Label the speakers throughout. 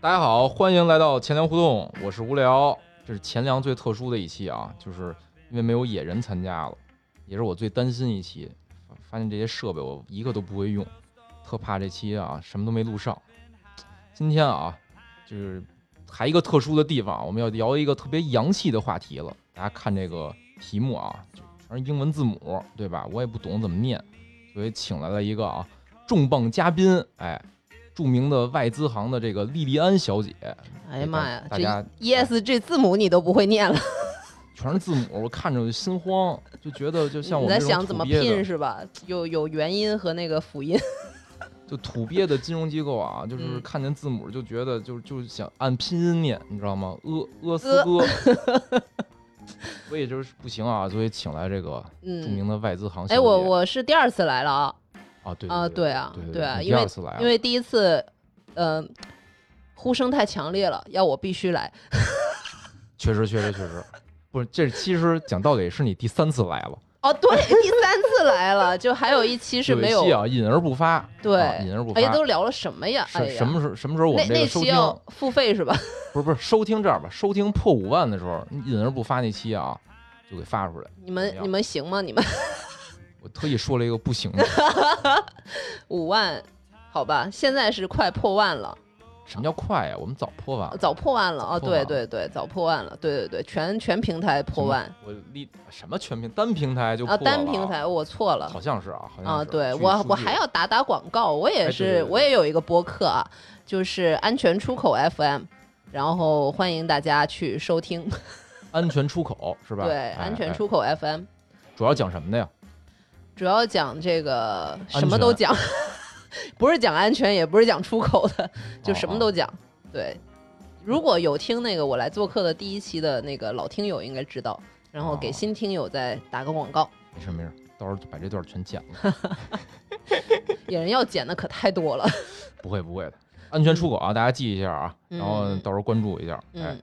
Speaker 1: 大家好，欢迎来到钱粮互动，我是无聊。这是钱粮最特殊的一期啊，就是因为没有野人参加了，也是我最担心一期。发发现这些设备我一个都不会用，特怕这期啊什么都没录上。今天啊，就是还一个特殊的地方，我们要聊一个特别洋气的话题了。大家看这个题目啊，就全是英文字母，对吧？我也不懂怎么念，所以请来了一个啊重磅嘉宾，哎，著名的外资行的这个莉莉安小姐，
Speaker 2: 哎呀妈呀，
Speaker 1: 大家哎
Speaker 2: 这 yes 这字母你都不会念了，
Speaker 1: 全是字母，我看着我就心慌，就觉得就像我
Speaker 2: 你
Speaker 1: 们
Speaker 2: 在
Speaker 1: 这种
Speaker 2: 想
Speaker 1: 土
Speaker 2: 怎么
Speaker 1: 鳖的
Speaker 2: 拼是吧？有有元音和那个辅音，
Speaker 1: 就土鳖的金融机构啊，就是
Speaker 2: 嗯
Speaker 1: 看见字母就觉得就就想按拼音念，你知道吗？呃呃斯
Speaker 2: 呃
Speaker 1: 呃， 所以就是不行啊，所以请来这个著
Speaker 2: 嗯，
Speaker 1: 名的外资行小姐。
Speaker 2: 哎，我我是第二次来了啊，
Speaker 1: 啊对
Speaker 2: 啊
Speaker 1: 对
Speaker 2: 对啊
Speaker 1: 对
Speaker 2: 对啊
Speaker 1: 你
Speaker 2: 因
Speaker 1: 第
Speaker 2: 为
Speaker 1: 二次来啊
Speaker 2: 因为第一次，呃，呼声太强烈了，要我必须来，
Speaker 1: 确实确实确实， 不是这其实讲道理是你第三次来了，
Speaker 2: 哦， 对，第三次来了，就还有一期是
Speaker 1: 有一
Speaker 2: 没
Speaker 1: 期
Speaker 2: 有，
Speaker 1: 啊隐而不发，
Speaker 2: 对
Speaker 1: 啊隐而不发。
Speaker 2: 哎呀，都聊了什么呀？哎
Speaker 1: 什
Speaker 2: 呀，
Speaker 1: 什么时候什么时候我
Speaker 2: 那
Speaker 1: 们这
Speaker 2: 那
Speaker 1: 个收
Speaker 2: 期
Speaker 1: 听
Speaker 2: 要付费是吧？
Speaker 1: 不是不是收听这样吧？收听破五万的时候，你隐而不发那期啊，就给发出来。
Speaker 2: 你
Speaker 1: 怎么
Speaker 2: 们
Speaker 1: 样
Speaker 2: 你们行吗？你们
Speaker 1: 我特意说了一个不行的，
Speaker 2: 五万，好吧，现在是快破万了。
Speaker 1: 什么叫快呀、我们早破完了。
Speaker 2: 早破万了啊！
Speaker 1: 早破万
Speaker 2: 对
Speaker 1: 了
Speaker 2: 对对，早破万了，对对对，全全平台破万
Speaker 1: 我立什么全平单平台就破
Speaker 2: 啊，
Speaker 1: 了
Speaker 2: 单平台我错了
Speaker 1: 好像是啊，好像
Speaker 2: 啊！
Speaker 1: 是
Speaker 2: 对
Speaker 1: 据
Speaker 2: 我
Speaker 1: 数
Speaker 2: 我
Speaker 1: 据
Speaker 2: 还要打打广告，我
Speaker 1: 哎
Speaker 2: 也
Speaker 1: 对
Speaker 2: 是、
Speaker 1: 对对对
Speaker 2: 我也有一个播客啊，就是安全出口 FM，然后欢迎大家去收听，
Speaker 1: 安全出口是吧？
Speaker 2: 对，
Speaker 1: 哎
Speaker 2: 安全、
Speaker 1: 哎
Speaker 2: 出口 FM。
Speaker 1: 主要讲什么的呀？
Speaker 2: 主要讲这个
Speaker 1: 全
Speaker 2: 什么都讲， 不是讲安全，也不是讲出口的，就
Speaker 1: 哦
Speaker 2: 什么都讲。对，如果有听那个我来做客的第一期的那个老听友应该知道，然后
Speaker 1: 哦
Speaker 2: 给新听友再打个广告，
Speaker 1: 没事没事，到时候把这段全剪了，
Speaker 2: 野人要剪的可太多
Speaker 1: 哎
Speaker 2: 了。
Speaker 1: 不会不会的。安全出口啊，大家记一下啊，然后
Speaker 2: 嗯
Speaker 1: 到时候关注一下。哎
Speaker 2: 嗯，，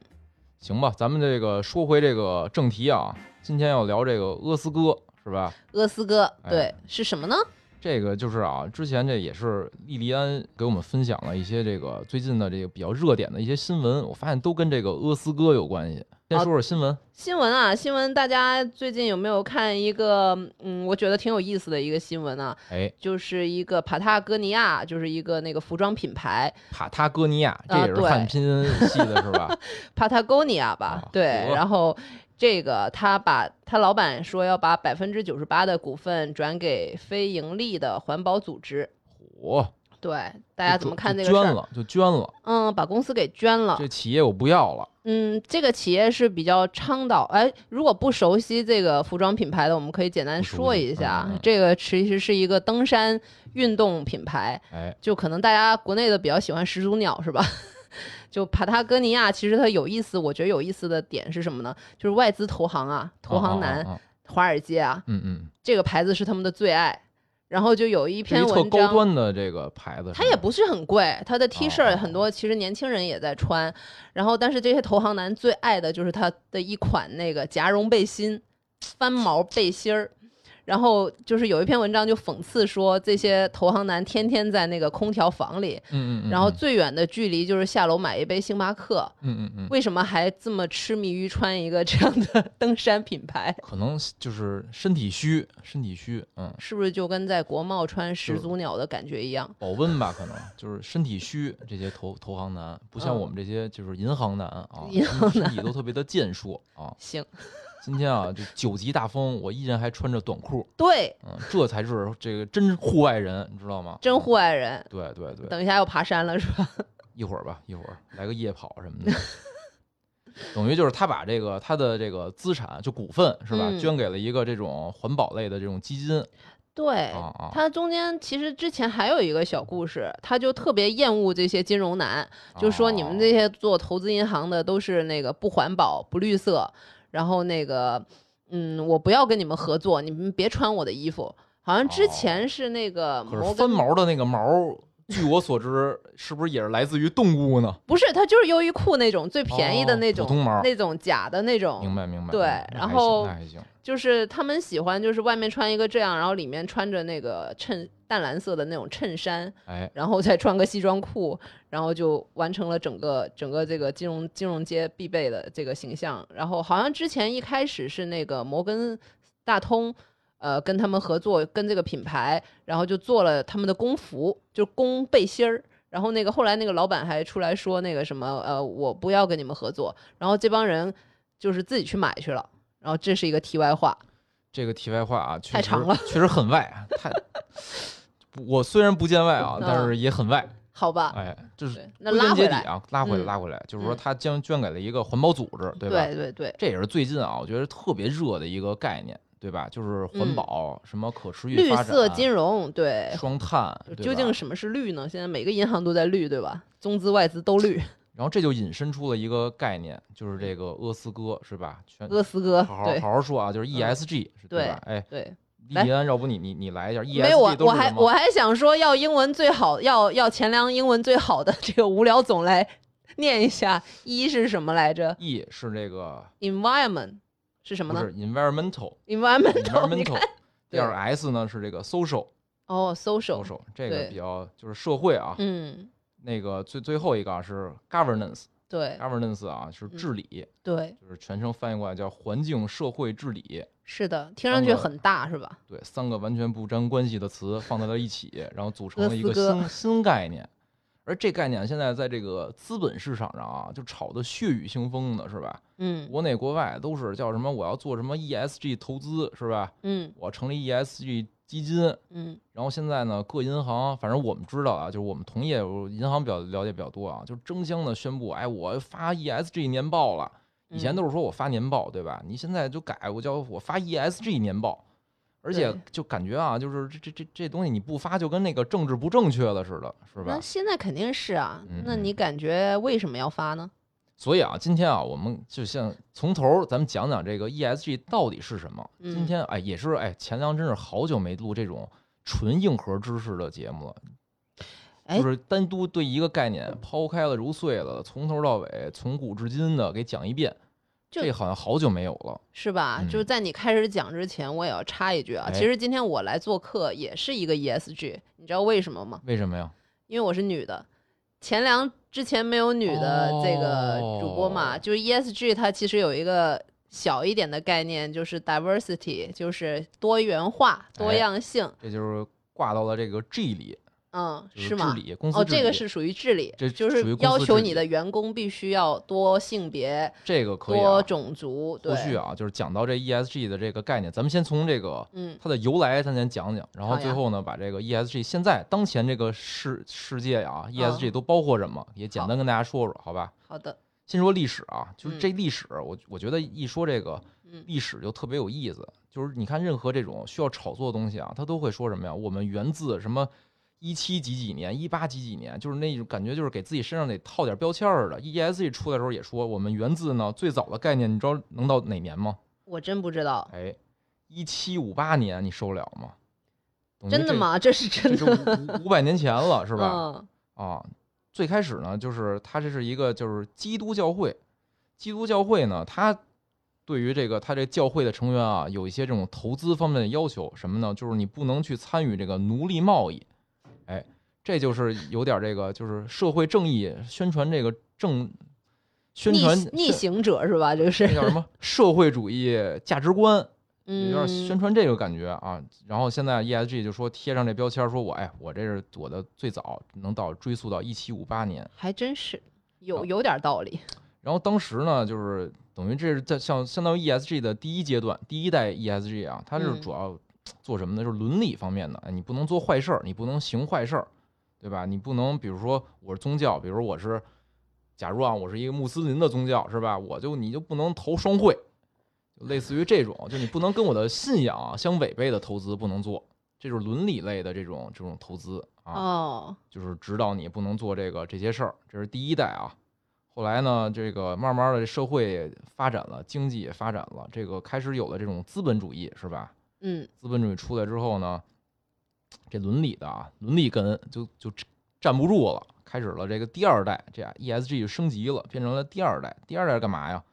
Speaker 1: 行吧，咱们这个说回这个正题啊，今天要聊这个阿斯哥是吧？
Speaker 2: 阿斯哥
Speaker 1: 哎
Speaker 2: 对是什么呢？
Speaker 1: 这个就是啊，之前这也是莉莉安给我们分享了一些这个最近的这个比较热点的一些新闻，我发现都跟这个阿斯哥有关系。先
Speaker 2: 好
Speaker 1: 说说新闻，
Speaker 2: 新闻啊，新闻，大家最近有没有看一个？嗯，我觉得挺有意思的一个新闻啊，
Speaker 1: 哎，
Speaker 2: 就是一个帕塔哥尼亚，就是一个那个服装品牌
Speaker 1: 帕塔哥尼亚，这也是
Speaker 2: 啊对
Speaker 1: 汉拼音系的是 吧？
Speaker 2: Patagonia 吧，
Speaker 1: 啊
Speaker 2: 对
Speaker 1: 得，
Speaker 2: 然后这个他把他老板说要把百分之九十八的股份转给非盈利的环保组织，
Speaker 1: 嚯、
Speaker 2: 对，大家怎么看这
Speaker 1: 就
Speaker 2: 个事
Speaker 1: 捐
Speaker 2: 儿？
Speaker 1: 了就捐了，
Speaker 2: 嗯，把公司给捐了。
Speaker 1: 这企业我不要了。
Speaker 2: 嗯，这个企业是比较倡导，哎，如果不熟悉这个服装品牌的，我们可以简单
Speaker 1: 不熟悉
Speaker 2: 说一下，啊
Speaker 1: 嗯嗯嗯
Speaker 2: 这个其实是一个登山运动品牌，
Speaker 1: 哎，
Speaker 2: 就可能大家国内的比较喜欢始祖鸟是吧？ 就帕塔哥尼亚，其实它有意思，我觉得有意思的点是什么呢？就是外资投行啊，投
Speaker 1: 啊
Speaker 2: 行男、
Speaker 1: 啊啊啊
Speaker 2: 华尔街啊，
Speaker 1: 嗯嗯，
Speaker 2: 这个牌子是他们的最爱。然后就有一
Speaker 1: 这
Speaker 2: 篇
Speaker 1: 一特
Speaker 2: 文
Speaker 1: 高
Speaker 2: 章，
Speaker 1: 端的这个牌子是吗，
Speaker 2: 它也不是很贵，它的 T
Speaker 1: 哦哦
Speaker 2: 恤
Speaker 1: 哦
Speaker 2: 很多，其实年轻人也在穿。然后，但是这些投行男最爱的就是它的一款那个夹绒背心，翻毛背心儿。然后就是有一篇文章就讽刺说，这些投行男天天在那个空调房里，
Speaker 1: 嗯，嗯嗯嗯，
Speaker 2: 然后最远的距离就是下楼买一杯星巴克。
Speaker 1: 嗯嗯嗯，
Speaker 2: 为什么还这么痴迷于穿一个这样的 登山品牌？
Speaker 1: 可能就是身体虚，身体虚，嗯，
Speaker 2: 是不是就跟在国贸穿始
Speaker 1: 是
Speaker 2: 祖鸟的感觉一样？
Speaker 1: 保温吧，可能就是身体虚，这些投投行男不像
Speaker 2: 嗯
Speaker 1: 我们这些就是银行男啊，
Speaker 2: 银
Speaker 1: 行身体都特别的健硕啊。
Speaker 2: 行，
Speaker 1: 今天啊，这九级大风，我依然还穿着短裤，
Speaker 2: 对，
Speaker 1: 嗯，这才是这个真户外人，你知道吗？
Speaker 2: 真户外人。
Speaker 1: 对对对，
Speaker 2: 等一下要爬山了是吧？
Speaker 1: 一会儿吧，一会儿来个夜跑什么的。 等于就是他把这个他的这个资产就股份是吧，
Speaker 2: 嗯
Speaker 1: 捐给了一个这种环保类的这种基金
Speaker 2: 对，
Speaker 1: 啊啊，
Speaker 2: 他中间其实之前还有一个小故事，他就特别厌恶这些金融男，就说你
Speaker 1: 哦啊
Speaker 2: 们这些做投资银行的都是那个不环保、不绿色，然后那个嗯，我不要跟你们合作，你们别穿我的衣服。好像之前是那个
Speaker 1: 哦可
Speaker 2: 摩
Speaker 1: 是
Speaker 2: 根
Speaker 1: 翻毛的那个毛据我所知，是不是也是来自于动物呢？
Speaker 2: 不是，它就是优衣库那种最便宜的那种、
Speaker 1: 哦普通毛
Speaker 2: 那种假的那种，
Speaker 1: 明白明白。
Speaker 2: 对
Speaker 1: 那还行
Speaker 2: 然后
Speaker 1: 那还行，
Speaker 2: 就是他们喜欢就是外面穿一个这样，然后里面穿着那个衬淡蓝色的那种衬衫，
Speaker 1: 哎，
Speaker 2: 然后再穿个西装裤，然后就完成了整个整个这个金融金融街必备的这个形象。然后好像之前一开始是那个摩根大通，呃，跟他们合作，跟这个品牌，然后就做了他们的工服，就是工背心儿。然后那个后来那个老板还出来说那个什么，呃，我不要跟你们合作。然后这帮人就是自己去买去了。然后这是一个题外话，
Speaker 1: 这个题外话啊，确
Speaker 2: 太
Speaker 1: 实
Speaker 2: 长了
Speaker 1: 确实很外啊， 太。我虽然不见外啊，
Speaker 2: 嗯
Speaker 1: 但是也很外。
Speaker 2: 好吧？
Speaker 1: 哎，就是
Speaker 2: 对，那
Speaker 1: 归根
Speaker 2: 拉
Speaker 1: 结
Speaker 2: 回
Speaker 1: 底
Speaker 2: 来，
Speaker 1: 啊，拉回来，
Speaker 2: 嗯
Speaker 1: 拉回来，就是说
Speaker 2: 嗯
Speaker 1: 他将捐给了一个环保组织，对吧？
Speaker 2: 对对对，
Speaker 1: 这也是最近啊，我觉得特别热的一个概念，对吧？就是环保，什么可持续
Speaker 2: 嗯绿
Speaker 1: 发展、啊
Speaker 2: 色金融，对，
Speaker 1: 双碳，对
Speaker 2: 究
Speaker 1: 吧
Speaker 2: 竟什么是绿呢？现在每个银行都在绿，对吧？中资外资 都绿。
Speaker 1: 然后这就引申出了一个概念，就是这个阿斯哥是吧？全
Speaker 2: 阿斯哥，
Speaker 1: 好好
Speaker 2: 对嗯
Speaker 1: 好好说啊，就是 ESG 是
Speaker 2: 对
Speaker 1: 吧？哎，
Speaker 2: 对，来
Speaker 1: 李安，要不你你你来一下
Speaker 2: 没有我
Speaker 1: ，ESG E 都
Speaker 2: 我
Speaker 1: 是什
Speaker 2: 还
Speaker 1: 么
Speaker 2: 我还想说要英文最好，要要钱粮英文最好的这个无聊总来 念一下，一是什么来着
Speaker 1: E 是这个
Speaker 2: ？environment 是什么
Speaker 1: 不
Speaker 2: 呢
Speaker 1: 是 environmental
Speaker 2: ？environmental，你看
Speaker 1: environmental，第二 S 呢是这个 social
Speaker 2: 哦，social，
Speaker 1: social，这个
Speaker 2: 对
Speaker 1: 比较就是社会啊。
Speaker 2: 嗯，
Speaker 1: 那个最最后一个啊是 governance
Speaker 2: 对嗯
Speaker 1: governance 啊是治理，
Speaker 2: 对，
Speaker 1: 就是全称翻译过来叫环境社会治理。
Speaker 2: 是的，听上去很大是吧？
Speaker 1: 对，三个完全不沾关系的词放在了一起，然后组成
Speaker 2: 俄
Speaker 1: 了一
Speaker 2: 斯
Speaker 1: 个
Speaker 2: 哥
Speaker 1: 新新概念。而这概念现在在这个资本市场上啊，就炒得血雨腥风呢，是吧？
Speaker 2: 嗯
Speaker 1: 国内国外都是叫什么？我要做什么 ESG 投资，是吧？
Speaker 2: 嗯
Speaker 1: 我要成立 ESG 基金，
Speaker 2: 嗯
Speaker 1: 然后现在呢，各银行，反正我们知道啊，就是我们同业我银行比较了解比较多啊，就争相的宣布，哎，我发 ESG 年报了。以前
Speaker 2: 嗯
Speaker 1: 都是说我发年报，对吧？你现在就改，我叫我发 ESG 年报，而且
Speaker 2: 对
Speaker 1: 就感觉啊，就是这这这这东西你不发，就跟那个政治不正确了似的，是吧
Speaker 2: 那？现在肯定是啊
Speaker 1: 嗯，
Speaker 2: 那你感觉为什么要发呢？
Speaker 1: 所以啊，今天啊，我们就像从头儿咱们讲讲这个 ESG 到底是什么。
Speaker 2: 嗯
Speaker 1: 今天哎，也是哎，钱粮真是好久没录这种纯硬核知识的节目了。
Speaker 2: 哎
Speaker 1: 就是单独对一个概念抛开了揉碎了，从头到尾，从古至今的给讲一遍，
Speaker 2: 就
Speaker 1: 这好像好久没有了。
Speaker 2: 是吧？就是在你开始讲之前，我也要插一句啊。
Speaker 1: 嗯哎
Speaker 2: 其实今天我来做客也是一个 ESG，你知道为什么吗？
Speaker 1: 为什么呀？
Speaker 2: 因为我是女的。钱粮之前没有女的这个主播嘛，
Speaker 1: 哦
Speaker 2: 就是 ESG 它其实有一个小一点的概念，就是 diversity，就是多元化、
Speaker 1: 哎
Speaker 2: 多样性，
Speaker 1: 这就是挂到了这个 G 里，
Speaker 2: 嗯，
Speaker 1: 就是是
Speaker 2: 吗
Speaker 1: 治？理公司
Speaker 2: 哦，
Speaker 1: 治理
Speaker 2: 这个是属于治理，
Speaker 1: 这
Speaker 2: 就
Speaker 1: 属于
Speaker 2: 是
Speaker 1: 公司
Speaker 2: 要求
Speaker 1: 治理
Speaker 2: 你的员工必须要多性别、
Speaker 1: 这个可以啊
Speaker 2: 多。种族，对
Speaker 1: 后，续啊，就是讲到这 ESG 的这个概念，咱们先从这个
Speaker 2: 嗯，
Speaker 1: 它的由来咱先讲讲，然后
Speaker 2: 好呀
Speaker 1: 最后呢，把这个 ESG 现在当前这个世世界
Speaker 2: 嗯
Speaker 1: 啊，ESG 都包括什么，也简单跟大家说说，好吧？
Speaker 2: 好的，
Speaker 1: 先说历史啊，就是
Speaker 2: 嗯
Speaker 1: 这历史，我我觉得一说这个
Speaker 2: 嗯
Speaker 1: 历史就特别有意思。就是你看任何这种需要炒作的东西啊，它都会说什么呀？我们源自什么一七几几年、一八几几年，就是那种感觉，就是给自己身上得套点标签儿似的。ESG 出来的时候也说，我们源自呢最早的概念，你知道能到哪年吗？
Speaker 2: 我真不知道，
Speaker 1: 哎，一七五八年，你受了吗？等于
Speaker 2: 真的
Speaker 1: 这？
Speaker 2: 吗？这是真
Speaker 1: 这
Speaker 2: 的
Speaker 1: 是五五百年前了，是吧？
Speaker 2: 嗯
Speaker 1: 啊，最开始呢，就是它这是一个就是基督教会，基督教会呢，它对于这个它这教会的成员啊，有一些这种投资方面的要求，什么呢？就是你不能去参与这个奴隶贸易，哎，这就是有点这个就是社会正义宣传这个正宣
Speaker 2: 嗯逆
Speaker 1: 传
Speaker 2: 逆
Speaker 1: 宣
Speaker 2: 行者是吧？这个
Speaker 1: 那
Speaker 2: 是，
Speaker 1: 叫什么社会主义价值观，有点宣
Speaker 2: 嗯，
Speaker 1: 传这个感觉啊。然后现在 ESG 就说贴上这标签儿，说我哎，我这是我的最早能到追溯到一七五八年。
Speaker 2: 还真是
Speaker 1: 啊
Speaker 2: 有有点道理。
Speaker 1: 然后当时呢，就是等于这是在像相当于 ESG 的第一阶段，第一代 ESG 啊，它是
Speaker 2: 嗯
Speaker 1: 主要做什么呢？就是伦理方面的，哎你不能做坏事儿，你不能行坏事儿，对吧？你不能比如说我是宗教，比如我是，假如啊，我是一个穆斯林的宗教，是吧？我就你就不能投双汇，就类似于这种，就你不能跟我的信仰啊相违背的投资不能做，这就是伦理类的这种这种投资啊。
Speaker 2: 哦，
Speaker 1: 就是指导你不能做这个这些事儿，这是第一代啊。后来呢，这个慢慢的社会发展了，经济也发展了，这个开始有了这种资本主义，是吧？
Speaker 2: 嗯，
Speaker 1: 资本主义出来之后呢，这伦理的啊，伦理根就就站不住了，开始了这个第二代，这 ESG 就升级了，变成了第二代。第二代干嘛呀？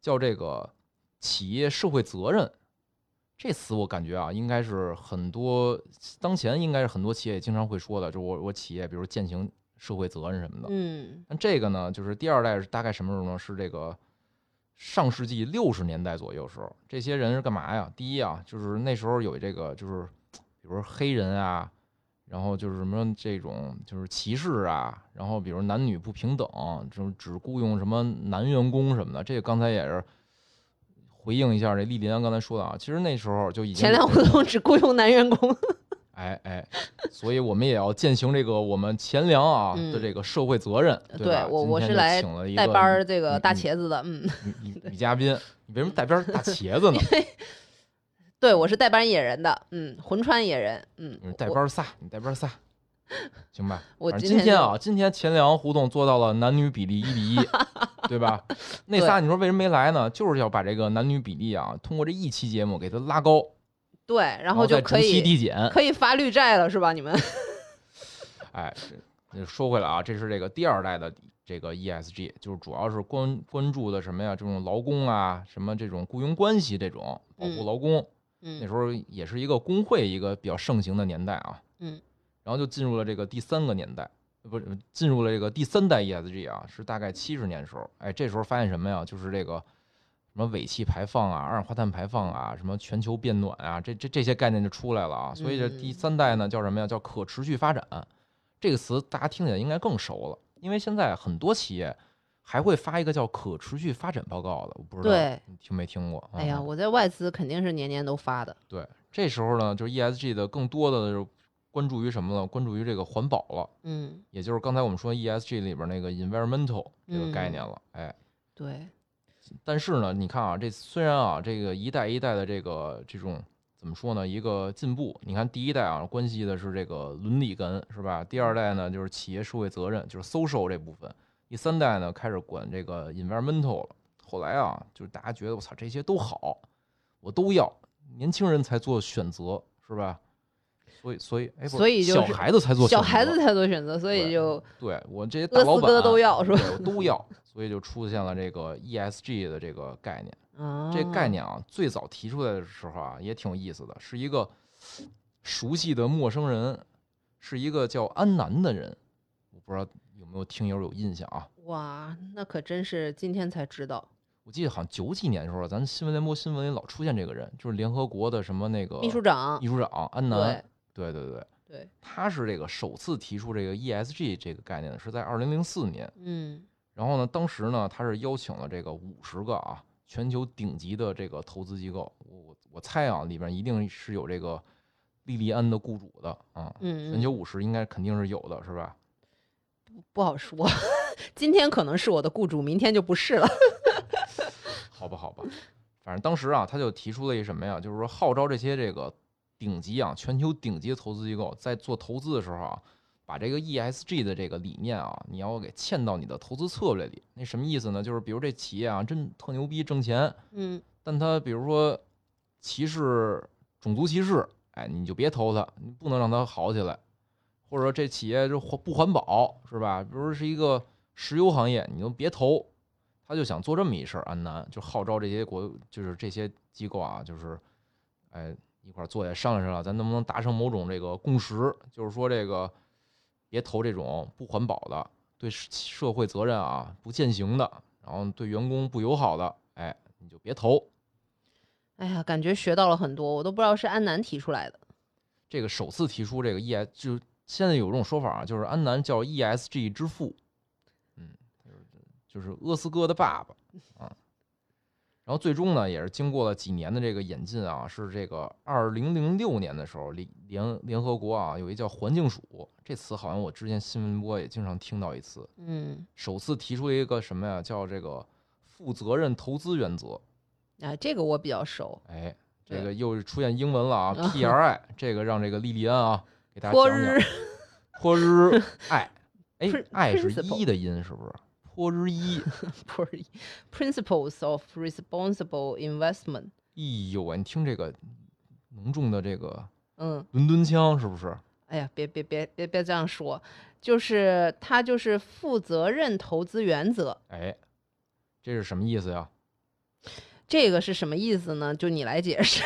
Speaker 1: 叫这个企业社会责任。这词我感觉啊，应该是很多当前应该是很多企业也经常会说的，就是我我企业比如践行社会责任什么的。
Speaker 2: 嗯
Speaker 1: 但这个呢，就是第二代是大概什么时候呢？是这个上世纪六十年代左右时候，这些人是干嘛呀？第一啊，就是那时候有这个，就是比如说黑人啊，然后就是什么这种就是歧视啊，然后比如男女不平等，这种只雇佣什么男员工什么的，这个刚才也是。回应一下这丽林刚才说的啊，其实那时候就已经
Speaker 2: 前两股东只雇佣男员工，
Speaker 1: 哎哎，所以我们也要践行这个我们钱粮啊
Speaker 2: 嗯呃
Speaker 1: 的这个社会责任。
Speaker 2: 对
Speaker 1: 吧
Speaker 2: 我
Speaker 1: 今
Speaker 2: 我
Speaker 1: 天
Speaker 2: 是
Speaker 1: 就
Speaker 2: 来
Speaker 1: 请了一
Speaker 2: 带
Speaker 1: 个
Speaker 2: 班儿这个
Speaker 1: 嗯
Speaker 2: 大
Speaker 1: 嗯
Speaker 2: 茄子的，嗯，
Speaker 1: 女女女嘉宾，你为什么带边儿大茄子呢？
Speaker 2: 对我是带班野人的，嗯，魂穿野人，嗯
Speaker 1: 你，带
Speaker 2: 我
Speaker 1: 班儿仨，你带班儿仨，行吧？
Speaker 2: 我
Speaker 1: 反正今
Speaker 2: 今天
Speaker 1: 天啊，今天钱粮胡同做到了男女比例一比 一，对吧？那仨你说为什么没来呢？就是要把这个男女比例啊，通过这一期节目给它拉高，
Speaker 2: 对，然
Speaker 1: 然
Speaker 2: 后就
Speaker 1: 再逐
Speaker 2: 可
Speaker 1: 期
Speaker 2: 以
Speaker 1: 递减。
Speaker 2: 可以发绿债了，是吧？你 们
Speaker 1: 哎，这说回来啊，这是这个第二代的这个 ESG，就是主要是关关注的什么呀？这种劳工啊，什么这种雇佣关系这种保护
Speaker 2: 嗯
Speaker 1: 劳工。那
Speaker 2: 嗯
Speaker 1: 时候也是一个工会一个比较盛行的年代啊。
Speaker 2: 嗯，
Speaker 1: 然后就进入了这个第三个年代，呃不是进入了这个第三代 ESG 啊，是大概七十年时候。哎，这时候发现什么呀？就是这个什么尾气排放啊、二氧化碳排放啊、什么全球变暖啊，这这这些概念就出来了啊。所以这第
Speaker 2: 嗯
Speaker 1: 三代呢叫什么呀？叫可持续发展这个词，大家听起来应该更熟了，因为现在很多企业。还会发一个叫可持续发展报告的，我不知道
Speaker 2: 对
Speaker 1: 你听没听过。
Speaker 2: 哎呀，
Speaker 1: 嗯
Speaker 2: 我在外资肯定是年年都发的，
Speaker 1: 对，这时候呢，就是 ESG 的更多的就是关注于什么呢？关注于这个环保了，
Speaker 2: 嗯，
Speaker 1: 也就是刚才我们说 ESG 里边那个 environmental 这个概念了。哎，
Speaker 2: 对，
Speaker 1: 但是呢，你看啊，这虽然啊，这个一代一代的这个这种怎么说呢，一个进步。你看第一代啊，关系的是这个伦理根，是吧？第二代呢，就是企业社会责任，就是 social 这部分。第三代呢，开始管这个 environmental 了。后来啊，就是大家觉得我操，这些都好，我都要。年轻人才做选择，是吧？所以，所以，哎，不是
Speaker 2: 所以就是
Speaker 1: 小孩子才做选
Speaker 2: 小
Speaker 1: 择，
Speaker 2: 孩子才做选择，所以
Speaker 1: 对
Speaker 2: 就
Speaker 1: 对我这些大
Speaker 2: 哥
Speaker 1: 老
Speaker 2: 斯
Speaker 1: 板啊
Speaker 2: 哥都要是吧？
Speaker 1: 对我都要，所以就出现了这个 ESG 的这个概念。
Speaker 2: 啊，
Speaker 1: 这概念啊，最早提出来的时候啊，也挺有意思的，是一个熟悉的陌生人，是一个叫安南的人，我不知道有没有听友有印象啊？
Speaker 2: 哇，那可真是今天才知道，
Speaker 1: 我记得好像九几年的时候，咱新闻联播新闻里老出现这个人，就是联合国的什么那个
Speaker 2: 秘书长
Speaker 1: 呃秘，书长安南
Speaker 2: 对，
Speaker 1: 对对对，
Speaker 2: 对，
Speaker 1: 他是这个首次提出这个 ESG 这个概念的，是在二零零四年。
Speaker 2: 嗯
Speaker 1: 然后呢，当时呢，他是邀请了这个五十个啊全球顶级的这个投资机构，我我我猜啊，里边一定是有这个莉莉安的雇主的啊，
Speaker 2: 嗯，
Speaker 1: 全球五十应该肯定是有的，是吧？
Speaker 2: 不好说， 今天可能是我的雇主，明天就不是了。
Speaker 1: 好吧，好吧，反正当时啊，他就提出了一什么呀，就是说号召这些这个顶级啊，全球顶级的投资机构在做投资的时候啊，把这个 ESG 的这个理念啊，你要给嵌到你的投资策略里。那什么意思呢？就是比如这企业啊，真特牛逼，挣钱。
Speaker 2: 嗯
Speaker 1: 但他比如说歧视种族歧视，哎，你就别投他，你不能让他好起来。或者说这企业就环不环保是吧？比如说是一个石油行业，你就别投。他就想做这么一事儿，安南就号召这些国，就是这些机构啊，就是哎一块儿坐下商量商量，咱能不能达成某种这个共识，就是说这个别投这种不环保的、对社社会责任啊不践行的，然后对员工不友好的，哎，你就别投。
Speaker 2: 哎呀，感觉学到了很多，我都不知道是安南提出来的。
Speaker 1: 这个首次提出这个 E，就现在有一种说法啊，就是安南叫 ESG 之父，嗯，就是就是阿斯哥的爸爸啊。然后最终呢，也是经过了几年的这个演进啊，是这个二零零六年的时候，联联联合国啊有一叫环境署这词，好像我之前新闻播也经常听到一次，
Speaker 2: 嗯，
Speaker 1: 首次提出了一个什么呀，叫这个负责任投资原则，
Speaker 2: 啊，这个我比较熟。
Speaker 1: 哎，
Speaker 2: 对
Speaker 1: 这个又是出现英文了 啊
Speaker 2: 啊
Speaker 1: ，PRI，这个让这个莉莉安啊给大家
Speaker 2: 波
Speaker 1: 讲讲
Speaker 2: 日。，
Speaker 1: 坡日爱，哎
Speaker 2: Prin-，
Speaker 1: 爱是
Speaker 2: principle
Speaker 1: 一的音是不是？坡日一，
Speaker 2: 波日，Principles of Responsible Investment。
Speaker 1: 哎呦喂，你听这个浓重的这个
Speaker 2: 嗯，
Speaker 1: 伦敦腔是不是？
Speaker 2: 哎呀，别别别别别这样说，就是他就是负责任投资原则，
Speaker 1: 哎，这是什么意思呀？
Speaker 2: 这个是什么意思呢？就你来解释。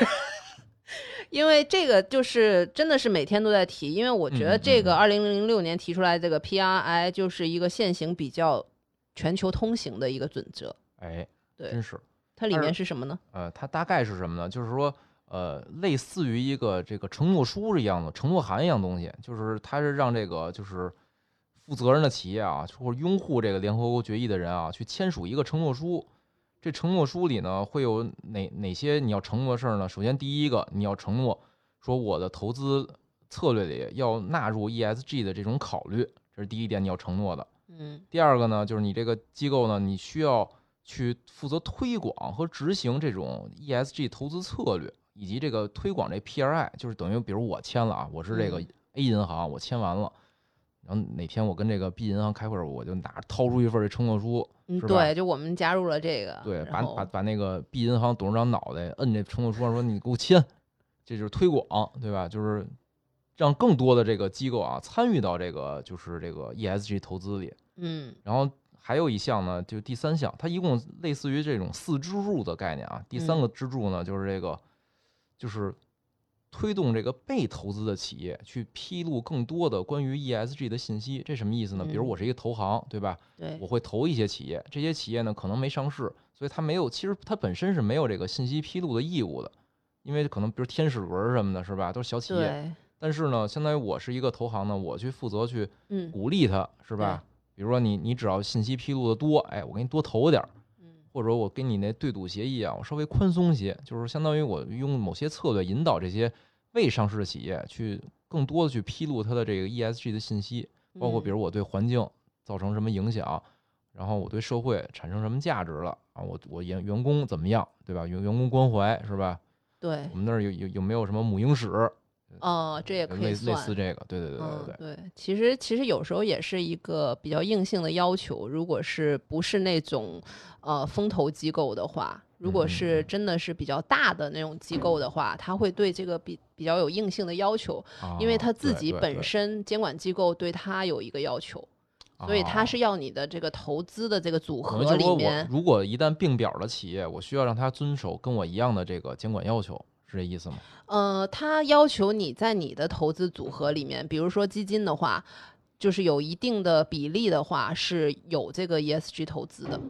Speaker 2: 因为这个就是真的是每天都在提，因为我觉得这个
Speaker 1: 嗯
Speaker 2: 二零零六年提出来这个 PRI 就是一个现行比较全球通行的一个准则，
Speaker 1: 哎，
Speaker 2: 对
Speaker 1: 真是，
Speaker 2: 它里
Speaker 1: 二
Speaker 2: 面是什么呢？
Speaker 1: 呃，它大概是什么呢？就是说，呃，类似于一个这个承诺书一样的承诺函一样东西，就是它是让这个就是负责任的企业啊，或者拥护这个联合国决议的人啊，去签署一个承诺书。这承诺书里呢，会有哪哪些你要承诺的事儿呢？首先，第一个，你要承诺说我的投资策略里要纳入 ESG 的这种考虑，这是第一点你要承诺的。
Speaker 2: 嗯
Speaker 1: 第二个呢，就是你这个机构呢，你需要去负责推广和执行这种 ESG 投资策略，以及这个推广这 PRI，就是等于比如我签了啊，我是这个
Speaker 2: 嗯
Speaker 1: A 银行，我签完了，然后哪天我跟这个 B 银行开会儿，我就拿掏出一份这承诺书，
Speaker 2: 嗯，
Speaker 1: 是吧
Speaker 2: 对，就我们加入了这个，
Speaker 1: 对，
Speaker 2: 啊然
Speaker 1: 把
Speaker 2: 后
Speaker 1: 把把那个 B 银行董事长脑袋摁这承诺书上说你给我签，这就是推广，对吧？就是让更多的这个机构啊参与到这个就是这个 ESG 投资里。
Speaker 2: 嗯
Speaker 1: 然后还有一项呢，就第三项，它一共类似于这种四支柱的概念啊。第三
Speaker 2: 嗯
Speaker 1: 个支柱呢，就是这个，就是推动这个被投资的企业去披露更多的关于 ESG 的信息。这什么意思呢？比如
Speaker 2: 嗯
Speaker 1: 我是一个投行，对吧？
Speaker 2: 对
Speaker 1: 我会投一些企业，这些企业呢可能没上市，所以它没有，其实它本身是没有这个信息披露的义务的，因为可能比如天使轮儿什么的，是吧？都是小企业。
Speaker 2: 对，
Speaker 1: 但是呢，相当于我是一个投行呢，我去负责去
Speaker 2: 嗯
Speaker 1: 鼓励他，是吧？比如说你你只要信息披露的多，哎，我给你多投点儿，
Speaker 2: 嗯
Speaker 1: 或者我给你那对赌协议啊，我稍微宽松些，就是相当于我用某些策略引导这些未上市的企业去更多的去披露它的这个 ESG 的信息，包
Speaker 2: 嗯
Speaker 1: 括比如我对环境造成什么影响，然后我对社会产生什么价值了啊，我我员员工怎么样，对吧？员员工关怀是吧？
Speaker 2: 对
Speaker 1: 我，们那儿有有有没有什么母婴室？
Speaker 2: 哦，这嗯也可
Speaker 1: 类
Speaker 2: 以
Speaker 1: 类
Speaker 2: 算，
Speaker 1: 似这个，对对对对对
Speaker 2: 嗯，对，其实其实有时候也是一个比较硬性的要求，如果是不是那种呃风投机构的话，如果是
Speaker 1: 嗯
Speaker 2: 真的是比较大的那种机构的话，它会对这个比比较有硬性的要求，
Speaker 1: 啊
Speaker 2: 因为它自
Speaker 1: 对
Speaker 2: 己
Speaker 1: 对
Speaker 2: 本
Speaker 1: 对
Speaker 2: 身监管机构对它有一个要求，所以它
Speaker 1: 啊
Speaker 2: 是要你的这个投资的这个组
Speaker 1: 可能就
Speaker 2: 合
Speaker 1: 是
Speaker 2: 里
Speaker 1: 说我
Speaker 2: 面，
Speaker 1: 如果一旦并表的企业，我需要让它遵守跟我一样的这个监管要求，是这意思吗？嗯
Speaker 2: 呃，它要求你在你的投资组合里面，比如说基金的话。就是有一定的比例的话，是有这个 ESG 投资的。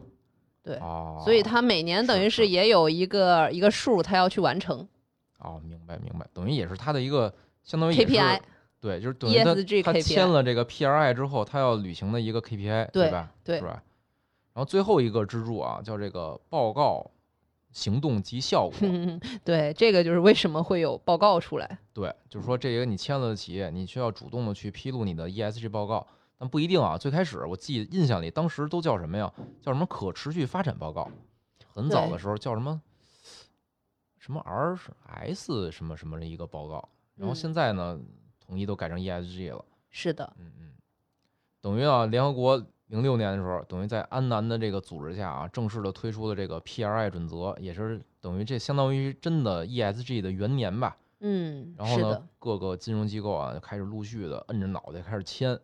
Speaker 2: 对
Speaker 1: 哦，
Speaker 2: 所以他每年等于
Speaker 1: 是是
Speaker 2: 是也有一个一个数，他要去完成
Speaker 1: 哦，明白明白，等于也是它的一个相当于也是
Speaker 2: KPI。
Speaker 1: 对，就是等于它
Speaker 2: ESG
Speaker 1: 它
Speaker 2: KPI
Speaker 1: 签了这个 PRI 之后，它要履行的一个 KPI，
Speaker 2: 对
Speaker 1: 吧？
Speaker 2: 对
Speaker 1: 是吧？然后最后一个支柱啊，叫这个报告、行动及效果。
Speaker 2: 对，这个就是为什么会有报告出来。
Speaker 1: 对，就是说这个你签了的企业，你需要主动的去披露你的 ESG 报告，但不一定啊。最开始我记印象里，当时都叫什么呀？叫什么可持续发展报告？很早的
Speaker 2: 对
Speaker 1: 时候叫什么什么 R S 什么什么的一个报告，然后
Speaker 2: 嗯
Speaker 1: 现在呢，统一都改成 ESG 了。
Speaker 2: 是的，
Speaker 1: 嗯嗯，等于啊，联合国零六年的时候，等于在安南的这个组织下啊，正式的推出了这个 PRI 准则，也是等于这相当于真的 ESG 的元年吧。
Speaker 2: 嗯，
Speaker 1: 然后
Speaker 2: 是
Speaker 1: 呢
Speaker 2: 的，，
Speaker 1: 各个金融机构啊就开始陆续的摁着脑袋开始签。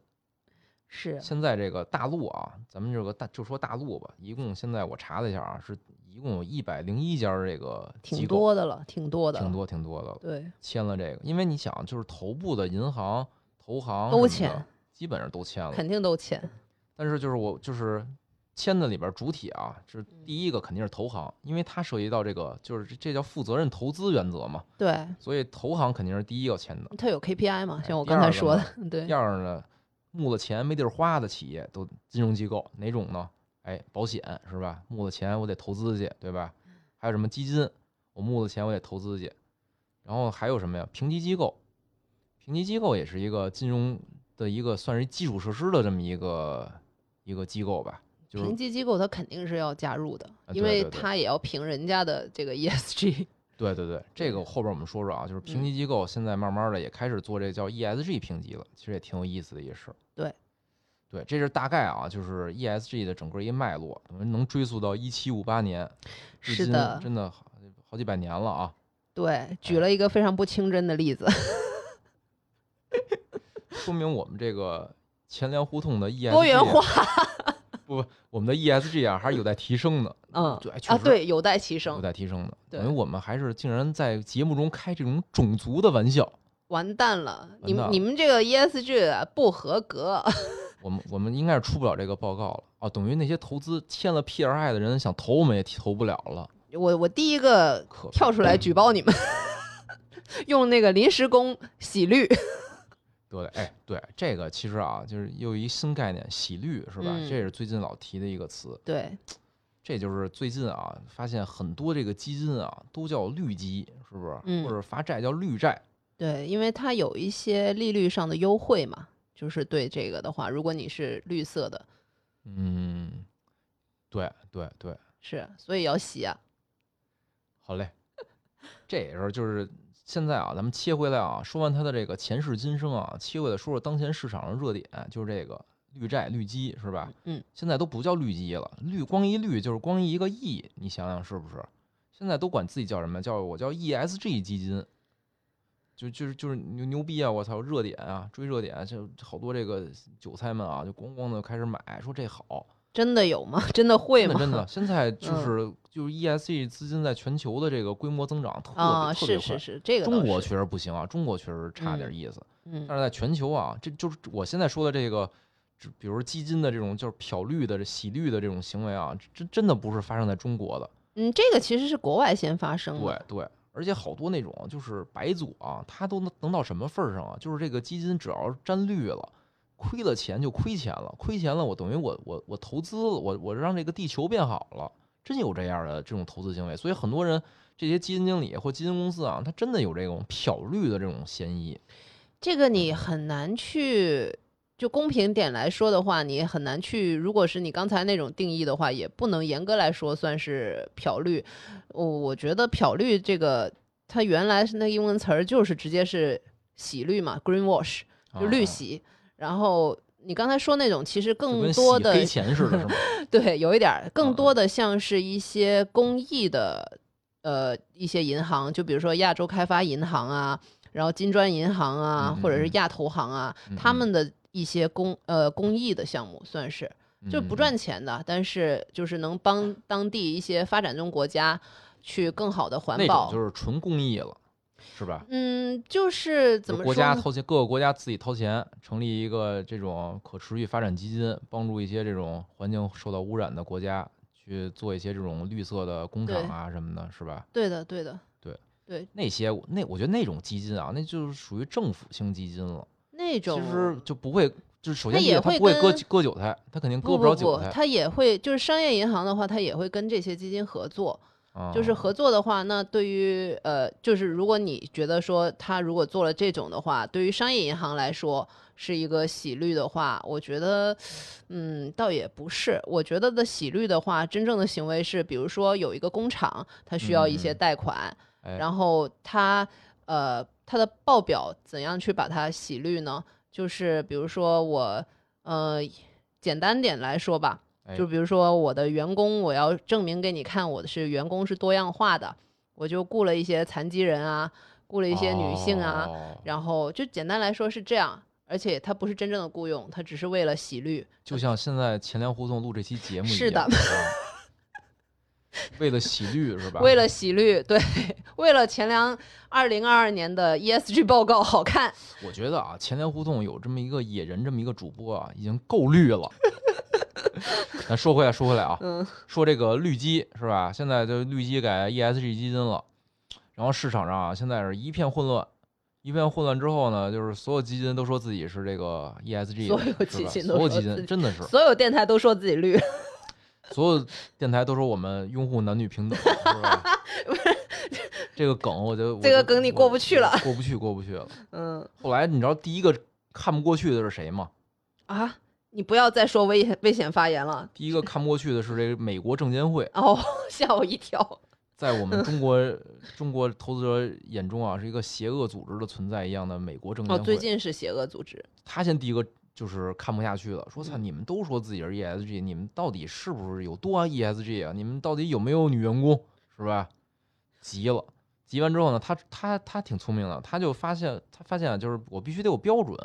Speaker 2: 是
Speaker 1: 现在这个大陆啊，咱们这个大就说大陆吧，一共现在我查了一下啊，是一共有一百零一家这个机
Speaker 2: 挺
Speaker 1: 构，
Speaker 2: 多的了，挺多的，
Speaker 1: 挺。多挺多的了，
Speaker 2: 对，
Speaker 1: 签了这个。因为你想，就是头部的银行、投行
Speaker 2: 都
Speaker 1: 什么的
Speaker 2: 签，
Speaker 1: 基本上都签了。
Speaker 2: 肯定都签。
Speaker 1: 但是就是我就是签的里边儿主体啊，就是
Speaker 2: 嗯
Speaker 1: 第一个肯定是投行，因为它涉及到这个就是这这叫负责任投资原则嘛，
Speaker 2: 对，
Speaker 1: 所以投行肯定是第一个签的。
Speaker 2: 他有 KPI 嘛，
Speaker 1: 哎
Speaker 2: 像我
Speaker 1: 第
Speaker 2: 刚才
Speaker 1: 二个
Speaker 2: 说
Speaker 1: 呢
Speaker 2: 的，对
Speaker 1: 第，二呢，募了钱没地儿花的企业都金融机构哪种呢？哎，保险是吧？募了钱我得投资去，对吧？还有什么基金？我募了钱我得投资去。然后还有什么呀？评级机构，评级机构也是一个金融的一个算是基础设施的这么一个一个机构吧，就是
Speaker 2: 评级机构他肯定是要加入的，
Speaker 1: 啊
Speaker 2: 因
Speaker 1: 对
Speaker 2: 为
Speaker 1: 对对
Speaker 2: 他也要评人家的这个 E ESG。
Speaker 1: 对对对，这个后边我们说说啊，就是
Speaker 2: 嗯
Speaker 1: 评级机构现在慢慢的也开始做这叫 ESG 评级了，其实也挺有意思的一事。
Speaker 2: 对，
Speaker 1: 对，这是大概啊，就是 ESG 的整个一个脉络，我们能追溯到一七五八年，至
Speaker 2: 是
Speaker 1: 今
Speaker 2: 的
Speaker 1: 真的好好几百年了啊。
Speaker 2: 对，举了一个非常不清真的例子，
Speaker 1: 说明我们这个钱粮胡同的 ESG
Speaker 2: 多元化，
Speaker 1: 不，我们的 ESG 啊还是有待提升的，
Speaker 2: 嗯
Speaker 1: 对，确
Speaker 2: 啊，
Speaker 1: 实
Speaker 2: 对，有待提
Speaker 1: 有
Speaker 2: 升，
Speaker 1: 待提升的。
Speaker 2: 对
Speaker 1: 等于我们还是竟然在节目中开这种种族的玩笑，
Speaker 2: 完蛋了，你
Speaker 1: 完蛋了
Speaker 2: 们你们这个 ESG 啊不合格，
Speaker 1: 我们我们应该是出不了这个报告了啊，等于那些投资签了 PRI 的人想投我们也投不了了，
Speaker 2: 我我第一个
Speaker 1: 可
Speaker 2: 跳出来举报你们， 用那个临时工洗绿，
Speaker 1: 对，哎，对，这个其实啊，就是又一新概念，洗绿是吧？
Speaker 2: 嗯
Speaker 1: 这是最近老提的一个词，
Speaker 2: 对，
Speaker 1: 这就是最近啊，发现很多这个基金啊都叫绿基，是不是？
Speaker 2: 嗯
Speaker 1: 或者发债叫绿债，
Speaker 2: 对，因为它有一些利率上的优惠嘛，就是对这个的话，如果你是绿色的，
Speaker 1: 嗯，对对对，
Speaker 2: 是，所以要洗啊。
Speaker 1: 好嘞。 这也是就是现在啊，咱们切回来啊，说完它的这个前世今生啊，切回来说说当前市场上热点，就是这个绿债绿基是吧？
Speaker 2: 嗯，
Speaker 1: 现在都不叫绿基了，绿光一绿就是光一个 E，你想想是不是？现在都管自己叫什么？叫我叫 ESG 基金，就就是就是牛牛逼啊！我操，热点啊，追热点啊，就好多这个韭菜们啊，就咣咣的开始买，说这好，
Speaker 2: 真的有吗？ 真的会
Speaker 1: 真的
Speaker 2: 吗？
Speaker 1: 真的，现在 就
Speaker 2: 嗯
Speaker 1: 是就是 ESG 资金在全球的这个规模增长特别、
Speaker 2: 啊，
Speaker 1: 特别
Speaker 2: 是
Speaker 1: 快
Speaker 2: 是。是，这个
Speaker 1: 中
Speaker 2: 倒
Speaker 1: 国
Speaker 2: 是
Speaker 1: 确实不行啊，中国确实差点意思。
Speaker 2: 嗯
Speaker 1: 但是在全球啊，这就是我现在说的这个，就比如基金的这种就是漂绿的、这洗绿的这种行为啊，真真的不是发生在中国的。
Speaker 2: 嗯，这个其实是国外先发生
Speaker 1: 对
Speaker 2: 的，
Speaker 1: 对，而且好多那种就是白左啊，他都能能到什么份儿上啊？就是这个基金只要沾绿了，亏了钱就亏钱了，亏钱了我等于我我我投资了，我我让这个地球变好了，真有这样的这种投资行为，所以很多人这些基金经理或基金公司啊，他真的有这种漂绿的这种嫌疑。
Speaker 2: 这个你很难去。就公平点来说的话，你也很难去。如果是你刚才那种定义的话，也不能严格来说算是漂绿。我、我觉得漂绿这个，它原来是那个英文词儿，就是直接是洗绿嘛，greenwash，就绿
Speaker 1: 啊
Speaker 2: 洗。然后你刚才说那种，其实
Speaker 1: 就
Speaker 2: 更
Speaker 1: 跟
Speaker 2: 多
Speaker 1: 洗
Speaker 2: 的
Speaker 1: 黑钱似的，是吗？
Speaker 2: 对，有一点儿，
Speaker 1: 嗯
Speaker 2: 更
Speaker 1: 嗯
Speaker 2: 多的像是一些公益的，呃，一些银行，就比如说亚洲开发银行啊，然后金砖银行啊，
Speaker 1: 嗯
Speaker 2: 或者
Speaker 1: 嗯
Speaker 2: 是
Speaker 1: 嗯
Speaker 2: 亚投行啊，
Speaker 1: 嗯
Speaker 2: 他
Speaker 1: 嗯
Speaker 2: 们的一些公呃公益的项目，算是 就是
Speaker 1: 嗯
Speaker 2: 不赚钱的，但是就是能 帮当地一些发展中国家去更好的环
Speaker 1: 那种
Speaker 2: 保。
Speaker 1: 就是纯公益了，是吧？
Speaker 2: 嗯，就是怎
Speaker 1: 就
Speaker 2: 么
Speaker 1: 国
Speaker 2: 说
Speaker 1: 家
Speaker 2: 呢？
Speaker 1: 掏钱，各个国家自己掏钱成立一个这种可持续发展基金，帮助一些这种环境受到污染的国家去做一些这种绿色的工厂
Speaker 2: 对
Speaker 1: 啊什么的，是吧？
Speaker 2: 对的，对的，
Speaker 1: 对
Speaker 2: 对，
Speaker 1: 那些我那我觉得那种基金啊，那就是属于政府性基金了，
Speaker 2: 那
Speaker 1: 其
Speaker 2: 种
Speaker 1: 实就不会，就是首先
Speaker 2: 它
Speaker 1: 第一
Speaker 2: 也
Speaker 1: 个它
Speaker 2: 会
Speaker 1: 不会割
Speaker 2: 跟
Speaker 1: 割韭菜，它肯定割
Speaker 2: 不
Speaker 1: 了
Speaker 2: 不
Speaker 1: 韭
Speaker 2: 不，
Speaker 1: 菜，
Speaker 2: 它也会就是商业银行的话，它也会跟这些基金合作。
Speaker 1: 啊
Speaker 2: 就是合作的话，那对于呃，就是如果你觉得说他如果做了这种的话，对于商业银行来说是一个洗绿的话，我觉得，嗯，倒也不是。我觉得的洗绿的话，真正的行为是，比如说有一个工厂，它需要一些
Speaker 1: 嗯嗯
Speaker 2: 贷款，
Speaker 1: 哎
Speaker 2: 然后它呃它的报表怎样去把它洗绿呢？就是比如说我呃简单点来说吧，
Speaker 1: 哎
Speaker 2: 就比如说我的员工，我要证明给你看我的是员工是多样化的，我就雇了一些残疾人啊，雇了一些女性啊，
Speaker 1: 哦
Speaker 2: 然后就简单来说是这样。而且它不是真正的雇佣，它只是为了洗绿。
Speaker 1: 就像现在钱粮胡同录这期节目一样，
Speaker 2: 是的
Speaker 1: 啊 为了洗绿是吧？
Speaker 2: 为了洗绿，对， 为了钱粮二零二二年的 ESG 报告好看，
Speaker 1: 我觉得啊，钱粮胡同有这么一个野人这么一个主播啊，已经够绿了。 咱说回来，说回来啊，
Speaker 2: 嗯
Speaker 1: 说这个绿基是吧？现在就绿基改 ESG 基金了，然后市场上啊，现在是一片混乱。一片混乱之后呢，就是所有基金都说自己是这个 E ESG，
Speaker 2: 所有
Speaker 1: 是吧
Speaker 2: 基金都
Speaker 1: 所有
Speaker 2: 说
Speaker 1: 基
Speaker 2: 自
Speaker 1: 金
Speaker 2: 己
Speaker 1: 真的是
Speaker 2: 所有电台都说自己绿，
Speaker 1: 所有电台都说我们拥护男女平 等，是吧？这个梗，我就
Speaker 2: 这个梗你过不去了，
Speaker 1: 我就我过不去，过不去了。
Speaker 2: 嗯
Speaker 1: 后来你知道第一个看不过去的是谁吗？
Speaker 2: 啊，你不要再说危险危险发言了
Speaker 1: 第一个看不过去的是这个美国证监会，
Speaker 2: 哦， 吓我一跳。
Speaker 1: 在我
Speaker 2: 嗯
Speaker 1: 们中国中国投资者眼中啊，是一个邪恶组织的存在一样的美国证监
Speaker 2: 哦，
Speaker 1: 会。
Speaker 2: 最近是邪恶组织，
Speaker 1: 他先第一个就是看不下去了，说：“操，
Speaker 2: 嗯
Speaker 1: 你们都说自己是 ESG，你们到底是不是有多 ESG 啊？你们到底有没有女员工？是吧？”急了，急完之后呢，他他他挺聪明的，他就发现他发现啊就是我必须得有标准，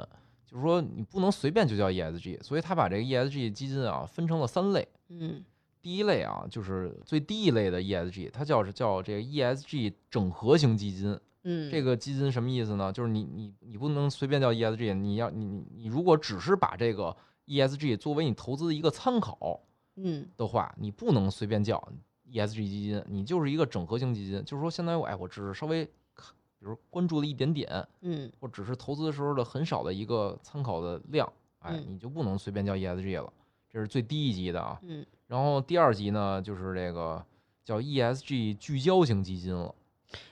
Speaker 1: 就就是说你不能随便就叫 ESG，所以他把这个 ESG 基金啊分成了三类。
Speaker 2: 嗯
Speaker 1: 第一类啊，就是最低一类的 ESG，它叫是叫这个 ESG 整合型基金。
Speaker 2: 嗯，
Speaker 1: 这
Speaker 2: 个
Speaker 1: 个基金什么意思呢？就是你你你不能随便叫 ESG，你要你你你如果只是把这个 ESG 作为你投资的一个参考
Speaker 2: 嗯
Speaker 1: 的话，你不能随便叫 ESG 基金，你就是一个整合型基金，就是说相当于我哎，我只是稍微看比如关注了一点点，
Speaker 2: 嗯
Speaker 1: 或只是投资的时候的很少的一个参考的量，哎
Speaker 2: 嗯，
Speaker 1: 你就不能随便叫 ESG 了，这是最低一级的啊。
Speaker 2: 嗯，
Speaker 1: 然后第二级呢，就是这个叫 ESG 聚焦型基金了。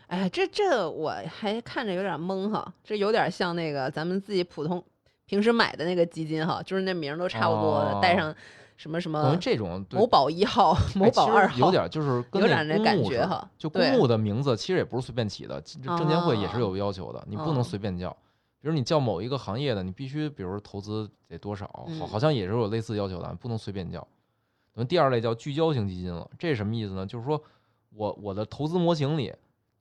Speaker 2: 哎，这这我还看着有点懵哈，这有点像那个咱们自己普通平时买的那个基金哈，就是那名儿都差不多的，带
Speaker 1: 哦
Speaker 2: 上什么什
Speaker 1: 可能
Speaker 2: 么
Speaker 1: 这种对
Speaker 2: 嗯某宝一号、某
Speaker 1: 哎
Speaker 2: 宝
Speaker 1: 其实
Speaker 2: 二号，
Speaker 1: 有点就是跟
Speaker 2: 有点那
Speaker 1: 公
Speaker 2: 感
Speaker 1: 募
Speaker 2: 觉
Speaker 1: 似的
Speaker 2: 哈
Speaker 1: 就
Speaker 2: 对
Speaker 1: 公募的名字其实也不是随便起的，证证监会也
Speaker 2: 啊
Speaker 1: 是有要求的，你不
Speaker 2: 嗯
Speaker 1: 能随便叫。比如你叫某一个行业的，你必须比如说投资得多少，好
Speaker 2: 嗯
Speaker 1: 好像也是有类似要求的，不能随便叫。那么第二类叫聚焦型基金了，这是什么意思呢？就是说我我的投资模型里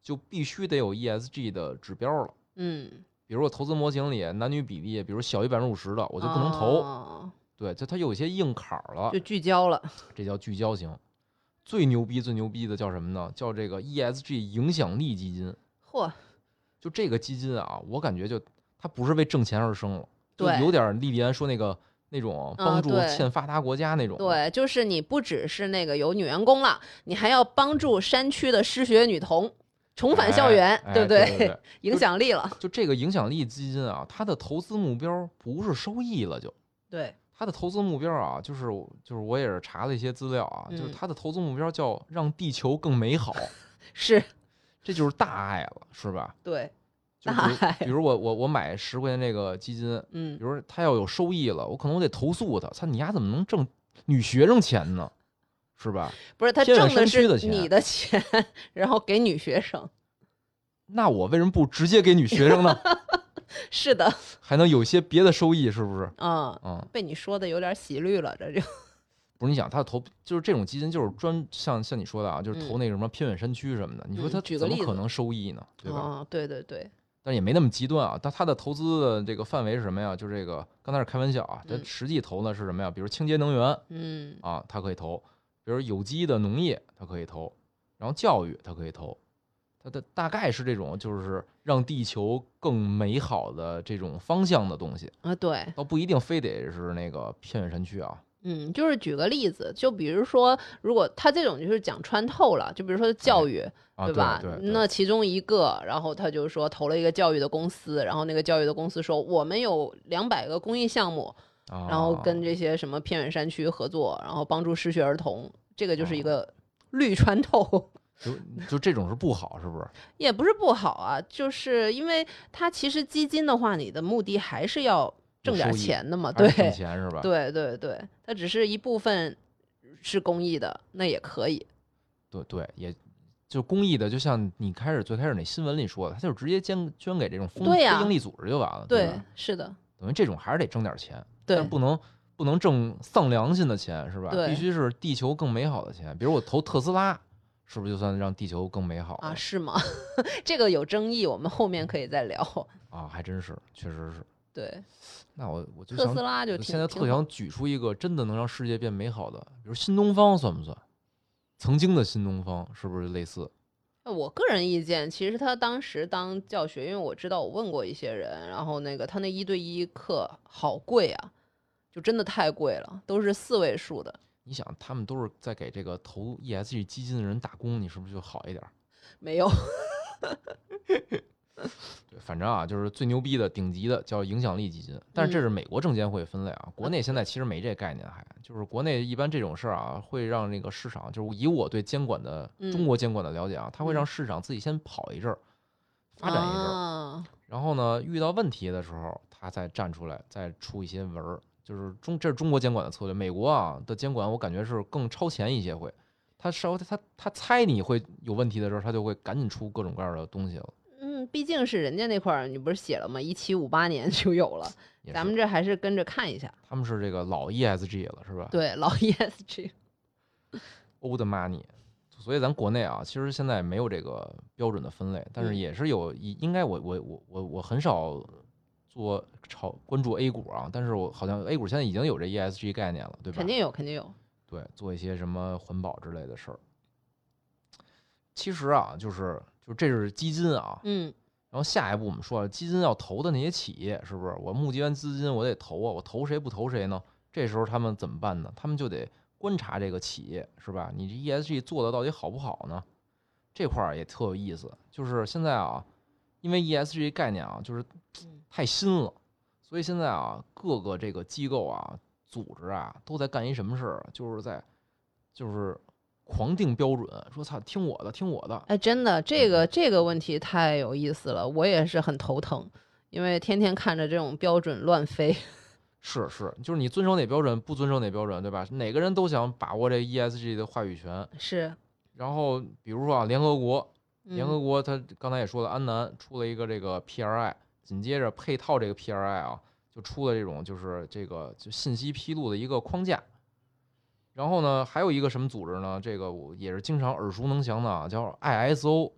Speaker 1: 就必须得有 ESG 的指标了。
Speaker 2: 嗯，
Speaker 1: 比如我投资模型里男女比例，比如小于百分之五十的，我就不能投。啊
Speaker 2: 哦
Speaker 1: 对，就它有一些硬坎儿了
Speaker 2: 就，聚焦了，
Speaker 1: 这叫聚焦型。最牛逼、最牛逼的叫什么呢？叫这个 ESG 影响力基金。
Speaker 2: 嚯，
Speaker 1: 就这个基金啊，我感觉就它不是为挣钱而生了，就
Speaker 2: 对
Speaker 1: 有点莉莉安说那个那种
Speaker 2: 啊
Speaker 1: 帮助
Speaker 2: 对
Speaker 1: 欠发达国家那种。
Speaker 2: 对，就是你不只是那个有女员工了，你还要帮助山区的失学女童重返校园，
Speaker 1: 哎哎
Speaker 2: 不
Speaker 1: 对对？
Speaker 2: 影响力了，
Speaker 1: 就这个影响力基金啊，它的投资目标不是收益了就，
Speaker 2: 对，
Speaker 1: 它的投资目标啊，就是我就是我也是查了一些资料啊，就是
Speaker 2: 嗯
Speaker 1: 它的投资目标叫让地球更美好，
Speaker 2: 是，
Speaker 1: 这就是大爱了，是吧？
Speaker 2: 对，
Speaker 1: 就
Speaker 2: 大
Speaker 1: 比如
Speaker 2: 爱
Speaker 1: 比如我我我买十块钱这个基金，
Speaker 2: 嗯
Speaker 1: 比，如他要有收益了，我可能我得投诉他，操你丫怎么能挣女学生钱呢？是吧？
Speaker 2: 不是他
Speaker 1: 偏远
Speaker 2: 挣的
Speaker 1: 山区
Speaker 2: 是
Speaker 1: 的钱
Speaker 2: 你的钱，然后给女学生，
Speaker 1: 那我为什么不直接给女学生呢？
Speaker 2: 是的，
Speaker 1: 还能有些别的收益，是不是？
Speaker 2: 嗯，
Speaker 1: 嗯，
Speaker 2: 被你说的有点洗绿了，这就，
Speaker 1: 不是，你想他的投就是这种基金，就是专像像你说的啊，就是投
Speaker 2: 嗯
Speaker 1: 那个什么偏远山区什么的，你说
Speaker 2: 嗯
Speaker 1: 他
Speaker 2: 举个
Speaker 1: 怎么
Speaker 2: 例子
Speaker 1: 可能收益呢？对吧？
Speaker 2: 哦，对对对，
Speaker 1: 但也没那么极端啊。但他的投资的这个范围是什么呀？就这个刚才是开玩笑啊，他
Speaker 2: 嗯
Speaker 1: 实际投的是什么呀？比如清洁能源
Speaker 2: 嗯
Speaker 1: 啊，它可以投；比如有机的农业，它可以投；然后教育，它可以投。它的大概是这种，就是让地球更美好的这种方向的东西，
Speaker 2: 啊，对，
Speaker 1: 倒不一定非得是那个偏远山区啊。
Speaker 2: 嗯，就是举个例子，就比如说，如果他这种就是讲穿透了，就比如说教育，
Speaker 1: 啊，
Speaker 2: 对
Speaker 1: 对
Speaker 2: 吧？
Speaker 1: 对
Speaker 2: 那其中一个，然后他就说投了一个教育的公司，然后那个教育的公司说我们有两百个公益项目，然
Speaker 1: 然
Speaker 2: 后跟这些什么偏远山区合作，然后帮助失学儿童，这个就是一
Speaker 1: 哦
Speaker 2: 个绿穿透。
Speaker 1: 就就这种是不好，是不是？
Speaker 2: 也不是不好啊，就是因为它其实基金的话，你的目的还是要挣点
Speaker 1: 收益
Speaker 2: 钱的嘛，
Speaker 1: 还
Speaker 2: 对
Speaker 1: 是挣钱是吧？
Speaker 2: 对对对，它只是一部分是公益的，那也可以。
Speaker 1: 对对，也就公益的，就像你开始最开始那新闻里说的，他就直接捐捐给这种非
Speaker 2: 对
Speaker 1: 非
Speaker 2: 呀
Speaker 1: 盈利组织就完了，
Speaker 2: 对
Speaker 1: 吧，
Speaker 2: 是的，
Speaker 1: 等于这种还是得挣点钱，
Speaker 2: 对
Speaker 1: 但不能不能挣丧良心的钱，是吧？
Speaker 2: 对
Speaker 1: 必须是地球更美好的钱，比如我投特斯拉，是不是就算让地球更美好
Speaker 2: 啊，
Speaker 1: 了
Speaker 2: 是吗？ 这个有争议，我们后面可以再聊。
Speaker 1: 啊？还真是，确实是。
Speaker 2: 对，
Speaker 1: 那我我就
Speaker 2: 特
Speaker 1: 想
Speaker 2: 斯，拉就
Speaker 1: 我
Speaker 2: 挺
Speaker 1: 现在
Speaker 2: 挺
Speaker 1: 特
Speaker 2: 好
Speaker 1: 想举出一个真的能让世界变美好的，比如新东方算不算？曾经的新东方是不是类似？
Speaker 2: 我个人意见，其实他当时当教学，因为我知道我问过一些人，然后那个他那一对一课好贵啊，就真的太贵了，都是四位数的。
Speaker 1: 你想，他们都是在给这个投 ESG 基金的人打工，你是不是就好一点儿？
Speaker 2: 没有，
Speaker 1: 对，反正啊，就是最牛逼的、顶级的叫影响力基金，但是这
Speaker 2: 嗯
Speaker 1: 是美国证监会分类啊，国内现在其实没这概念还，就是国内一般这种事儿啊，会让这个市场，就是以我对监管的
Speaker 2: 嗯
Speaker 1: 中国监管的了解啊，它会
Speaker 2: 嗯
Speaker 1: 让市场自己先跑一阵儿，发展一阵儿，
Speaker 2: 啊、
Speaker 1: 然后呢，遇到问题的时候，它再站出来，再出一些文儿，就是中这是中国监管的策略，美国啊的监管我感觉是更超前一些会。他稍微他他猜你会有问题的时候，他就会赶紧出各种各样的东西了。
Speaker 2: 嗯，毕竟是人家那块儿，你不是写了吗？一七五八年 就有了，
Speaker 1: 也
Speaker 2: 咱
Speaker 1: 是
Speaker 2: 们这还是跟着看一下。
Speaker 1: 他们是这个老 ESG 了，啊是吧？
Speaker 2: 对，老 ESG，
Speaker 1: ，old money。所以咱国内啊，其实现在没有这个标准的分类，但是
Speaker 2: 嗯
Speaker 1: 也是有，应应该我我我我我很少做炒关注 A 股啊，但是我好像 A 股现在已经有这 ESG 概念了，对吧？啊
Speaker 2: 肯定有，肯定有。
Speaker 1: 对，做一些什么环保之类的事儿。其实啊，就是就这是基金啊，
Speaker 2: 嗯，
Speaker 1: 然后下一步我们说啊，基金要投的那些企业，是不是我募集完资金我得投啊？我投谁不投谁呢？这时候他们怎么办呢？他们就得观察这个企业，是吧？你这 ESG 做的到底好不好呢？这块儿也特有意思，就是现在啊，因为 ESG 概念啊，就是
Speaker 2: 嗯
Speaker 1: 太新了，所以现在啊，各个这个机构啊、组织啊，都在干一什么事儿？就是在就是狂定标准，说操，听我的，听我的，
Speaker 2: 哎，真的，这
Speaker 1: 嗯
Speaker 2: 个这个问题太有意思了，我也是很头疼，因为天天看着这种标准乱 飞。
Speaker 1: 是是，就是你遵守哪标准，不遵守哪标准，对吧？哪个人都想把握这 ESG 的话语权。
Speaker 2: 是，
Speaker 1: 然后比如说啊，联合国，联合
Speaker 2: 嗯
Speaker 1: 国它刚才也说了，安南出了一个这个 PRI，紧接着配套这个 PRI 啊，就出了这种就是这个就信息披露的一个框架。然后呢，还有一个什么组织呢？这个我也是经常耳熟能详的啊，叫 ISO，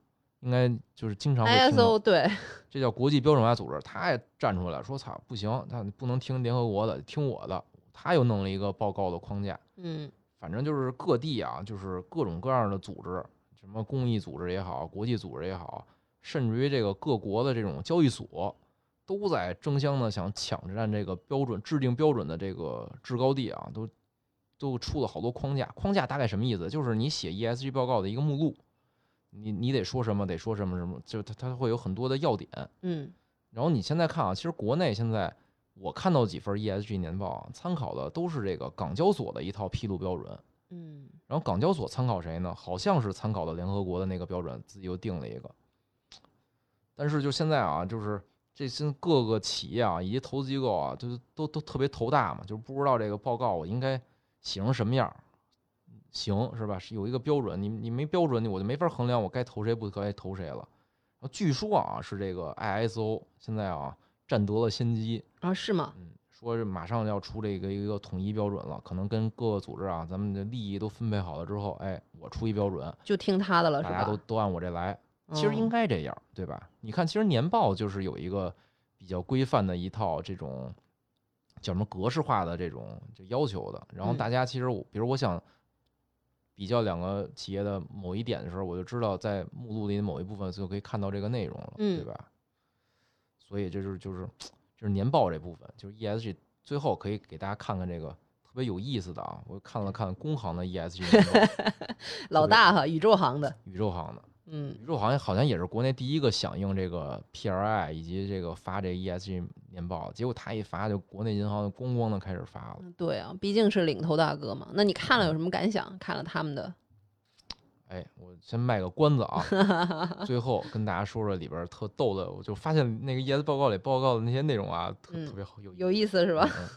Speaker 1: 应该就是经常会听到。
Speaker 2: ISO 对，
Speaker 1: 这叫国际标准化组织，他也站出来说：“操，不行，他不能听联合国的，听我的。”他又弄了一个报告的框架，
Speaker 2: 嗯
Speaker 1: 反正就是各地啊，就是各种各样的组织，什么公益组织也好，国际组织也好，甚至于这个各国的这种交易所，都在争相的想抢占这个标准制定标准的这个制高地啊，都都出了好多框架。框架大概什么意思？就是你写 ESG 报告的一个目录，你你得说什么，得说什么什么，就它它会有很多的要点。
Speaker 2: 嗯，
Speaker 1: 然后你现在看啊，其实国内现在我看到几份 ESG 年报啊，参考的都是这个港交所的一套披露标准。
Speaker 2: 嗯，
Speaker 1: 然后港交所参考谁呢？好像是参考的联合国的那个标准，自己又定了一个。但是就现在啊，就是这些各个企业啊以及投资机构啊，就是都都特别头大嘛，就是不知道这个报告我应该写成什么样儿，行是吧？是有一个标准，你你没标准，你我就没法衡量我该投谁不该投谁了。然后据说啊，是这个 ISO 现在啊占得了先机，
Speaker 2: 啊是吗？
Speaker 1: 嗯，说是马上要出这个一个统一标准了，可能跟各个组织啊，咱们的利益都分配好了之后，哎，我出一标准，
Speaker 2: 就听他的了
Speaker 1: 大
Speaker 2: 呃是
Speaker 1: 家都
Speaker 2: 吧？哦
Speaker 1: 都按我这来，其实应
Speaker 2: 该
Speaker 1: 该这样，对吧？你看，其实年报就是有一个比较规范的一套这种叫什么格式化的这种这要求的。然后
Speaker 2: 嗯
Speaker 1: 大家其实我，比如我想比较两个企业的某一点的时候，我就知道在目录里的某一部分就可以看到这个内容了，对
Speaker 2: 嗯
Speaker 1: 吧？所以这就是就是就是年报这部分，就是 ESG 最后可以给大家看看这个特别有意思的啊，我 看了看工行的 ESG 年报，
Speaker 2: 老
Speaker 1: 特别
Speaker 2: 大哈，宇宙行的，
Speaker 1: 宇宙行的。
Speaker 2: 嗯
Speaker 1: 宇宙好像好像也是国内第一个响应这个 PRI 以及这个发这 ESG 年报，结果他一发就国内银行就咣咣的开始发了。
Speaker 2: 对啊，毕竟是领头大哥嘛。那你看了有什么感想？看了他们的，
Speaker 1: 哎，我先卖个关子啊，最后跟大家说说里边儿特逗的，我就发现那个 ES 报告里报告的那些内容啊，特、
Speaker 2: 嗯
Speaker 1: 特别好有
Speaker 2: 有
Speaker 1: 意
Speaker 2: 意思是
Speaker 1: 思
Speaker 2: 吧？？
Speaker 1: 嗯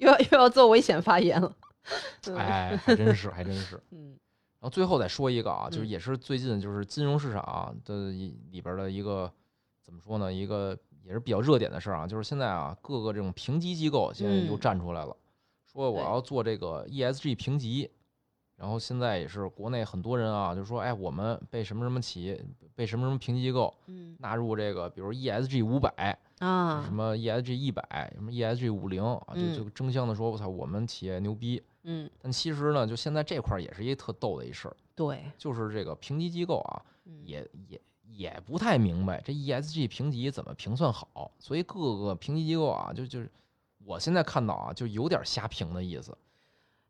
Speaker 2: 又要又要做危险发言了，
Speaker 1: 嗯哎，还真是还真是。
Speaker 2: 嗯
Speaker 1: 然后最后再说一个啊，就是
Speaker 2: 嗯
Speaker 1: 也是最近就是金融市场啊的一里边儿的一个怎么说呢，一个也是比较热点的事儿啊，就是现在啊各个这种评级机构现在又
Speaker 2: 嗯
Speaker 1: 站出来了，说我
Speaker 2: 对
Speaker 1: 要做这个 ESG 评级，然后现在也是国内很多人啊就说，哎，我们被什么什么企业被什么什么评级机构
Speaker 2: 嗯
Speaker 1: 纳入这个，比如 ESG 五百，
Speaker 2: 啊
Speaker 1: 什么 ESG 一百，什么 ESG 五零啊，就
Speaker 2: 嗯
Speaker 1: 就争相的说，我操，我们企业牛逼。
Speaker 2: 嗯
Speaker 1: 但其实呢，就现在这块儿也是一特逗的一事儿。
Speaker 2: 对，
Speaker 1: 就是这个评级机构啊，
Speaker 2: 嗯
Speaker 1: 也也也不太明白这 ESG 评级怎么评算好，所以各个评级机构啊，就就是我现在看到啊，就有点瞎评的意思。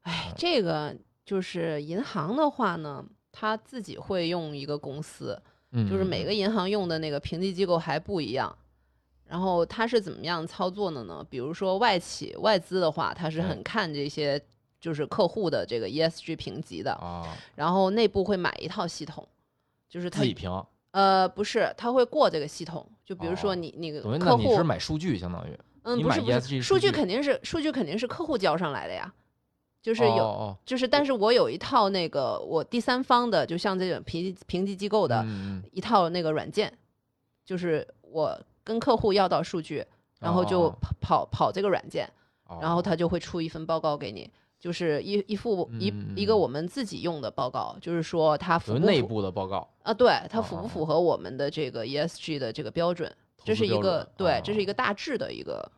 Speaker 2: 哎，这个就是银行的话呢，它自己会用一个公司，
Speaker 1: 嗯，
Speaker 2: 就是每个
Speaker 1: 嗯
Speaker 2: 银行用的那个评级机构还不一样。然后它是怎么样操作的呢？比如说外企、外资的话，它是
Speaker 1: 哎
Speaker 2: 很看这些就是客户的这个 ESG 评级的，
Speaker 1: 啊
Speaker 2: 然后内部会买一套系统，就是它
Speaker 1: 自己评，
Speaker 2: 呃不是，它会过这个系统。就比如
Speaker 1: 哦
Speaker 2: 说你、你
Speaker 1: 等于那
Speaker 2: 呃客
Speaker 1: 你是
Speaker 2: 户，
Speaker 1: 买数据，相当于
Speaker 2: 嗯，
Speaker 1: 你
Speaker 2: 不
Speaker 1: 买
Speaker 2: 是不
Speaker 1: ESG
Speaker 2: 是，数
Speaker 1: 数据
Speaker 2: 据肯定是数据肯定是客户交上来的呀，就是有
Speaker 1: 哦
Speaker 2: 就是，但是我有一套那个我第三方的，就像这种评级评级机构
Speaker 1: 哦
Speaker 2: 的、
Speaker 1: 嗯嗯
Speaker 2: 一套那个软件，就是我跟客户要到数据，然后就
Speaker 1: 哦
Speaker 2: 跑跑跑这个软件，
Speaker 1: 哦
Speaker 2: 然后他就会出一份报告给你，就是一一副一
Speaker 1: 嗯嗯
Speaker 2: 一个
Speaker 1: 嗯
Speaker 2: 我们自己用的报告，就是说它符
Speaker 1: 等于
Speaker 2: 不
Speaker 1: 内
Speaker 2: 符
Speaker 1: 部的报告
Speaker 2: 啊，对它
Speaker 1: 哦
Speaker 2: 符
Speaker 1: 哦哦
Speaker 2: 不 E 符合我们的这个 ESG 的这个标准，啊这是一个对，这是一
Speaker 1: 个。
Speaker 2: 个大致的一个，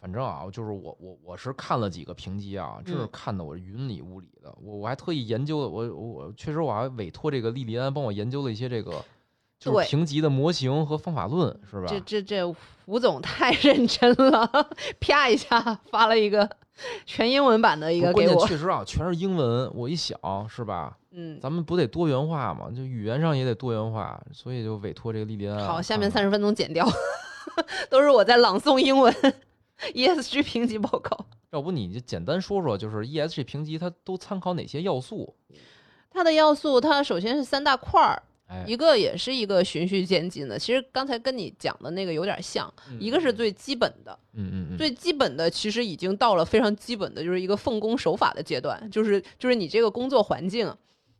Speaker 1: 反正啊，就是我我我是看了几个评级啊，这是
Speaker 2: 嗯
Speaker 1: 看的我是云里雾里的。我我还特意研究了，我我我确实我还委托这个莉莉安帮我研究了一些这个就是
Speaker 2: 对
Speaker 1: 评级的模型和方法论，是吧？
Speaker 2: 这这这吴总太 认真了，啪一下发了一个全英文版的一
Speaker 1: 不
Speaker 2: 个
Speaker 1: 关
Speaker 2: 给
Speaker 1: 键
Speaker 2: 我，
Speaker 1: 确实啊，全是英文。我一想，是吧？
Speaker 2: 嗯，
Speaker 1: 咱们不得多元化嘛，就语言上也得多元化，所以就委托这个莉莉安啊。
Speaker 2: 好，下
Speaker 1: 看看
Speaker 2: 面三十分钟剪掉， 都是我在朗诵英文 ESG 评级报告。
Speaker 1: 要不你就简单说说，就是 ESG 评级它都参考哪些要素？
Speaker 2: 它的要素，它首先是三大块儿，
Speaker 1: 哎，
Speaker 2: 一个也是一个循序渐进的。其实刚才跟你讲的那个有点像，一个是最基本的，
Speaker 1: 嗯嗯嗯，
Speaker 2: 最基本的其实已经到了非常基本的，就是一个奉公守法的阶段，就是就是你这个工作环境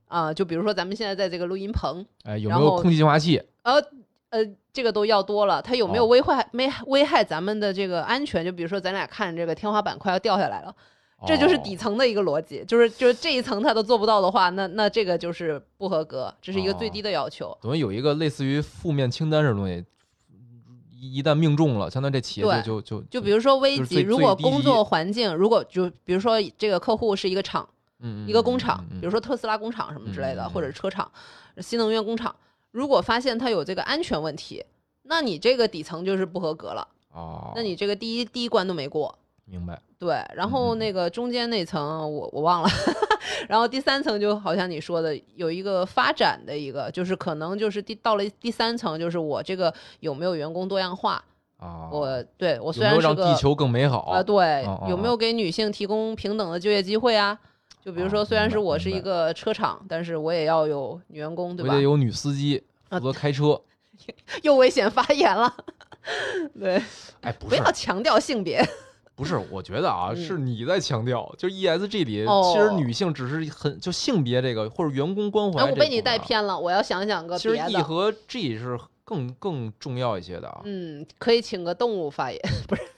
Speaker 2: 啊、就比如说咱们现在在这个录音棚，
Speaker 1: 哎有
Speaker 2: 然
Speaker 1: 没有
Speaker 2: 后
Speaker 1: 空气净化器？
Speaker 2: 呃呃，这个都要多了，它有没有
Speaker 1: 哦
Speaker 2: 危害危危害咱们的这个安全？就比如说咱俩看这个天花板快要掉下来了。这就是底
Speaker 1: 哦
Speaker 2: 层的一个逻辑，就是就是这一层他都做不到的话，那那这个就是不合格，这是一个最
Speaker 1: 哦
Speaker 2: 低的要求。
Speaker 1: 等于有一个类似于负面清单式的东西，一一旦命中了，相当于这企业
Speaker 2: 对
Speaker 1: 就就就
Speaker 2: 就比如说危
Speaker 1: 就是
Speaker 2: 及，
Speaker 1: 最
Speaker 2: 如果
Speaker 1: 最低
Speaker 2: 工作环境，如果就比如说这个客户是一个厂，
Speaker 1: 嗯嗯
Speaker 2: 一个工厂，
Speaker 1: 嗯嗯
Speaker 2: 比如说特斯拉工厂什么之类
Speaker 1: 嗯嗯
Speaker 2: 的，
Speaker 1: 嗯
Speaker 2: 或者车厂、新能源工厂，如果发现它有这个安全问题，那你这个底层就是不合格了，
Speaker 1: 哦，
Speaker 2: 那你这个第一第一关都没过。
Speaker 1: 明白
Speaker 2: 对，然后
Speaker 1: 嗯
Speaker 2: 那个中间那层我我忘了， 然后第三层就好像你说的有一个发展的一个，就是可能就是第到了第三层，就是我这个有没有员工多样化？
Speaker 1: 啊？
Speaker 2: 我对我
Speaker 1: 有
Speaker 2: 虽
Speaker 1: 没
Speaker 2: 然
Speaker 1: 有
Speaker 2: 是
Speaker 1: 让
Speaker 2: 个
Speaker 1: 地球更美好
Speaker 2: 啊、对
Speaker 1: 哦哦，
Speaker 2: 有没有给女性提供平等的就业机会啊？就比如
Speaker 1: 哦
Speaker 2: 说，虽然
Speaker 1: 明白
Speaker 2: 是我是
Speaker 1: 明
Speaker 2: 一
Speaker 1: 白
Speaker 2: 个车厂，但是我也要有女员工，对
Speaker 1: 我
Speaker 2: 吧
Speaker 1: 得？有女司机负
Speaker 2: 啊
Speaker 1: 责开 车。
Speaker 2: 又危险发言了， 对，
Speaker 1: 哎，不
Speaker 2: 不
Speaker 1: 是
Speaker 2: 要强调性别，
Speaker 1: 不是，我觉得啊，
Speaker 2: 嗯
Speaker 1: 是你在强调，就 ESG 里
Speaker 2: 哦
Speaker 1: 其实女性只是很就性别这个或者员工关怀
Speaker 2: 然
Speaker 1: 这
Speaker 2: 后
Speaker 1: 部
Speaker 2: 我
Speaker 1: 分啊。
Speaker 2: 被你带偏了，我要想想个
Speaker 1: 其实
Speaker 2: 别
Speaker 1: E
Speaker 2: 的。
Speaker 1: 和 G 是更更重要一些的啊。
Speaker 2: 嗯，可以请个动物发言。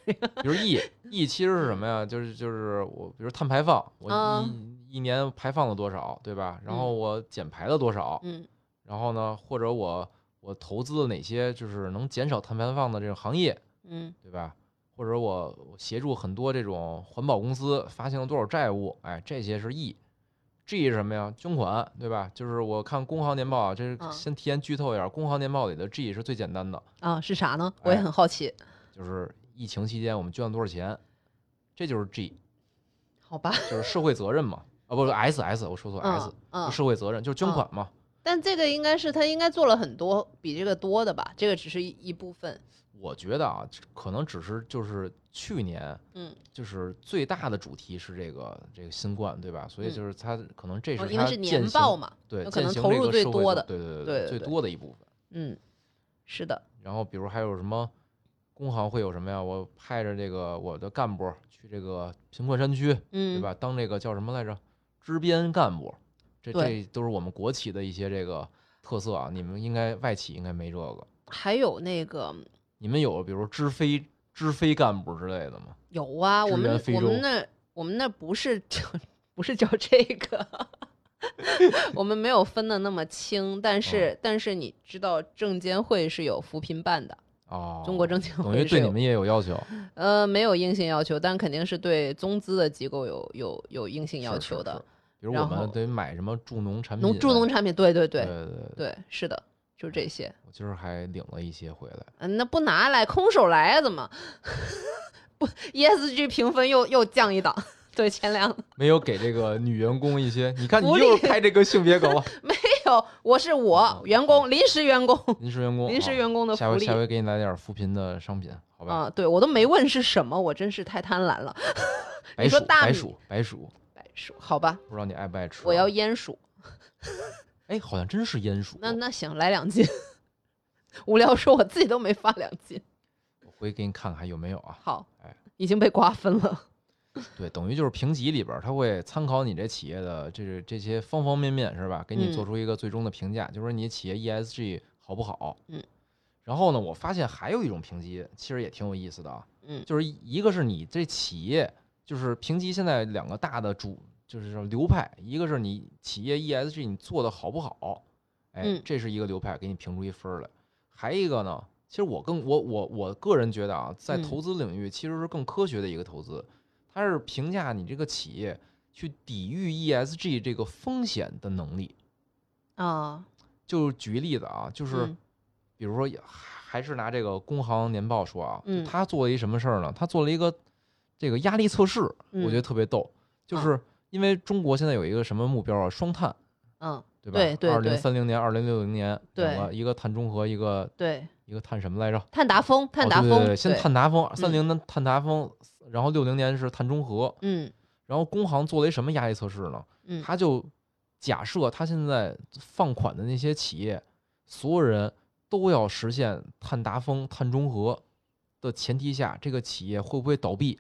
Speaker 1: 比如 E E 其实是什么呀？就是就是我，比如碳排放，我
Speaker 2: 啊
Speaker 1: 一一年排放了多少，对吧？然后
Speaker 2: 嗯
Speaker 1: 我减排了多少，
Speaker 2: 嗯
Speaker 1: 然后呢，或者我我投资了哪些就是能减少碳排放的这种行业，
Speaker 2: 嗯
Speaker 1: 对吧？或者我我协助很多这种环保公司发行了多少债务，哎，这些是 E。G 是什么呀？捐款，对吧？就是我看工行年报啊，这是
Speaker 2: 嗯
Speaker 1: 先提前剧透一下，工行年报里的 G 是最简单的，
Speaker 2: 啊，是啥呢？我也
Speaker 1: 哎
Speaker 2: 很好奇。
Speaker 1: 就是疫情期间我们捐了多少钱，这就是 G。
Speaker 2: 好吧，
Speaker 1: 就是社会责任嘛，啊，不是 S S，我说错了 S，、
Speaker 2: 嗯嗯，
Speaker 1: 社会责任就是捐款嘛。
Speaker 2: 但这个应该是他应该做了很多比这个多的吧？这个只是一一部分。
Speaker 1: 我觉得啊，可能只是就是去年，
Speaker 2: 嗯，
Speaker 1: 就是最大的主题是这个这个新冠，对吧？所以
Speaker 2: 嗯
Speaker 1: 就是它可能这
Speaker 2: 哦
Speaker 1: 是
Speaker 2: 因为
Speaker 1: 它
Speaker 2: 是
Speaker 1: 践
Speaker 2: 年
Speaker 1: 行
Speaker 2: 报，嘛。
Speaker 1: 对，
Speaker 2: 有可能
Speaker 1: 践行
Speaker 2: 投
Speaker 1: 这
Speaker 2: 入
Speaker 1: 个
Speaker 2: 最
Speaker 1: 社会责
Speaker 2: 多的
Speaker 1: 对对
Speaker 2: 对对
Speaker 1: 最
Speaker 2: 对
Speaker 1: 多的一部分。
Speaker 2: 嗯，是的。
Speaker 1: 然后比如还有什么工行会有什么呀？我派着这个我的干部去这个贫困山区，对
Speaker 2: 嗯，
Speaker 1: 吧？当这个叫什么来着？支边干部，这
Speaker 2: 对
Speaker 1: 这都是我们国企的一些这个特色啊。你们应该外企应该没这个，
Speaker 2: 还有那个
Speaker 1: 你们有比如支飞支飞干部之类的吗？
Speaker 2: 有啊，我
Speaker 1: 支援
Speaker 2: 们
Speaker 1: 非
Speaker 2: 我
Speaker 1: 洲
Speaker 2: 们那我们那不是 不是叫这个。 我们没有分的那么清，但是、
Speaker 1: 哦
Speaker 2: 但是你知道证监会是有扶贫办的，
Speaker 1: 哦，
Speaker 2: 中国证监
Speaker 1: 等
Speaker 2: 会
Speaker 1: 于
Speaker 2: 是
Speaker 1: 对你
Speaker 2: 有
Speaker 1: 们也有要求，
Speaker 2: 呃，没有硬性要求，但肯定是对中资的机构有有有硬性要
Speaker 1: 是
Speaker 2: 求。
Speaker 1: 是
Speaker 2: 的
Speaker 1: 是。比如我
Speaker 2: 然后
Speaker 1: 们得买什么助农产品啊，
Speaker 2: 农助农产品，对对
Speaker 1: 对
Speaker 2: 对
Speaker 1: 对对
Speaker 2: 对，是的，就这些。
Speaker 1: 我今儿还领了一些回来。
Speaker 2: 嗯，那不拿来，空手来啊？怎么？ 不，ESG 评分又又降一档， 对前两
Speaker 1: 没有给这个女员工一些，你看你
Speaker 2: 福利
Speaker 1: 又开这个性别狗，
Speaker 2: 没有，哦我是
Speaker 1: 嗯
Speaker 2: 我员工，临时员工，
Speaker 1: 临时员工，
Speaker 2: 临时员工
Speaker 1: 工
Speaker 2: 的
Speaker 1: 哦下
Speaker 2: 福
Speaker 1: 回
Speaker 2: 利
Speaker 1: 下回给你来点扶贫的商品，好吧？
Speaker 2: 啊！对我都没问是什么，我真是太贪婪了。
Speaker 1: 白
Speaker 2: 嗯你说
Speaker 1: 薯，
Speaker 2: 大
Speaker 1: 白
Speaker 2: 米
Speaker 1: 薯，白薯，
Speaker 2: 白薯，好吧，
Speaker 1: 不知道你爱不爱吃啊？
Speaker 2: 我要烟薯。
Speaker 1: 哎，好像真是烟薯。
Speaker 2: 那那行，来两斤。 无聊说我自己都没发两斤，
Speaker 1: 我回给你看看还有没有啊？
Speaker 2: 好
Speaker 1: 哎，
Speaker 2: 已经被瓜分了。
Speaker 1: 对，等于就是评级里边儿，它会参考你这企业的这这些方方面面，是吧？给你做
Speaker 2: 嗯
Speaker 1: 出一个最终的评价，就是你企业 ESG 好不好？
Speaker 2: 嗯。
Speaker 1: 然后呢，我发现还有一种评级，其实也挺有意思的啊，
Speaker 2: 嗯
Speaker 1: 就是一个是你这企业，就是评级现在两个大的主就是说流派，一个是 E 你企业 ESG 你做的好不好，哎
Speaker 2: 嗯，
Speaker 1: 这是一个流派，给你评出一分儿来。还一个呢，其实我更我我我个人觉得啊，在
Speaker 2: 嗯
Speaker 1: 投资领域其实是更科学的一个投资，它是评价你这个企业去抵御 ESG 这个风险的能力。
Speaker 2: 啊，
Speaker 1: 就举例子啊，就是
Speaker 2: 嗯
Speaker 1: 比如说也，还是拿这个工行年报说啊，
Speaker 2: 嗯
Speaker 1: 就他做了一什么事儿呢？他做了一个这个压力测试，
Speaker 2: 嗯
Speaker 1: 我觉得特别逗，就
Speaker 2: 啊
Speaker 1: 是因为中国现在有一个什么目标啊，双碳，
Speaker 2: 嗯，
Speaker 1: 对
Speaker 2: 对
Speaker 1: 吧？
Speaker 2: 对
Speaker 1: 二
Speaker 2: 对
Speaker 1: 零三零年、二零六零年，
Speaker 2: 对
Speaker 1: 两个一个碳中和，一个
Speaker 2: 对，
Speaker 1: 一个碳什么来着？
Speaker 2: 碳达峰，碳
Speaker 1: 哦
Speaker 2: 达
Speaker 1: 对
Speaker 2: 峰，
Speaker 1: 对对，先
Speaker 2: 对嗯
Speaker 1: 碳达峰，三零年碳达峰，然后六零年是碳中和，
Speaker 2: 嗯
Speaker 1: 然后工行做了一什么压力测试呢？
Speaker 2: 嗯
Speaker 1: 他就假设他现在放款的那些企业，所有人都要实现碳达峰、碳中和的前提下，这个企业会不会倒闭？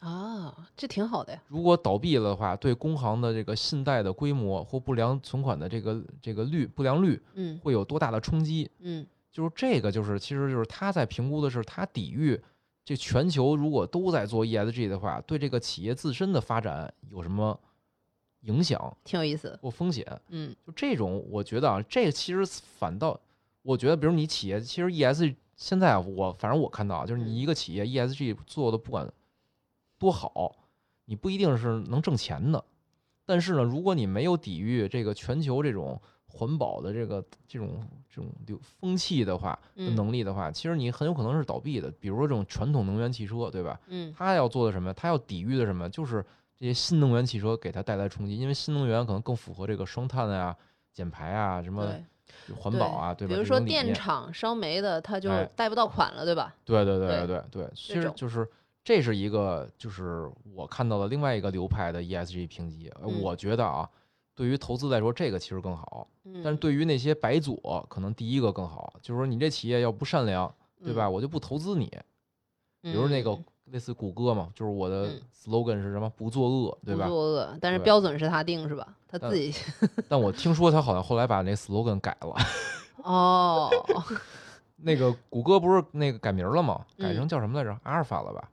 Speaker 2: 啊，这挺好的呀，
Speaker 1: 如果倒闭了的话，对工行的这个信贷的规模或不良存款的这个这个率不良率
Speaker 2: 嗯
Speaker 1: 会有多大的冲击？
Speaker 2: 嗯
Speaker 1: 就是这个，就是其实就是他在评估的是他抵御这全球如果都在做 ESG 的话，对这个企业自身的发展有什么影响
Speaker 2: 挺有意思的，
Speaker 1: 或风险？
Speaker 2: 嗯
Speaker 1: 就这种，我觉得啊，这其实反倒，我觉得，比如你企业，其实 ES 现在啊我反正我看到啊，就是
Speaker 2: 嗯
Speaker 1: 你一个企业 ESG 做的不管多好，你不一定是能挣钱的。但是呢，如果你没有抵御这个全球这种环保的这个这种这种流风气的话的
Speaker 2: 嗯
Speaker 1: 能力的话，其实你很有可能是倒闭的。比如说这种传统能源汽车，对吧？
Speaker 2: 嗯
Speaker 1: 它要做的什么？它要抵御的什么？就是这些新能源汽车给它带来冲击，因为新能源可能更符合这个双碳啊、减排啊、什么
Speaker 2: 对，
Speaker 1: 环保啊，对
Speaker 2: 比
Speaker 1: 吧？
Speaker 2: 如
Speaker 1: 这
Speaker 2: 说
Speaker 1: 种理
Speaker 2: 电
Speaker 1: 念
Speaker 2: 厂烧煤的，它就
Speaker 1: 哎
Speaker 2: 贷不到款了，对吧？
Speaker 1: 对对对对对对，其
Speaker 2: 这
Speaker 1: 实
Speaker 2: 种
Speaker 1: 就是这是一个就是我看到的另外一个流派的 ESG 评级，呃
Speaker 2: 嗯
Speaker 1: 我觉得啊。对于投资来说，这个其实更好，
Speaker 2: 嗯，
Speaker 1: 但是对于那些白左，可能第一个更好，就是说你这企业要不善良，对吧？
Speaker 2: 嗯？
Speaker 1: 我就不投资你，比
Speaker 2: 比
Speaker 1: 如那个类似谷歌嘛，就是我的
Speaker 2: 嗯
Speaker 1: slogan 是什么？不作恶，对
Speaker 2: 不
Speaker 1: 吧？
Speaker 2: 作恶，但是
Speaker 1: 对
Speaker 2: 标准是他定是吧？他
Speaker 1: 但
Speaker 2: 自己
Speaker 1: 但我听说他好像后来把那 slogan 改了。
Speaker 2: 哦，
Speaker 1: 那个谷歌不是那个改名了吗？改成
Speaker 2: 嗯
Speaker 1: 叫什么来着？阿尔法了吧？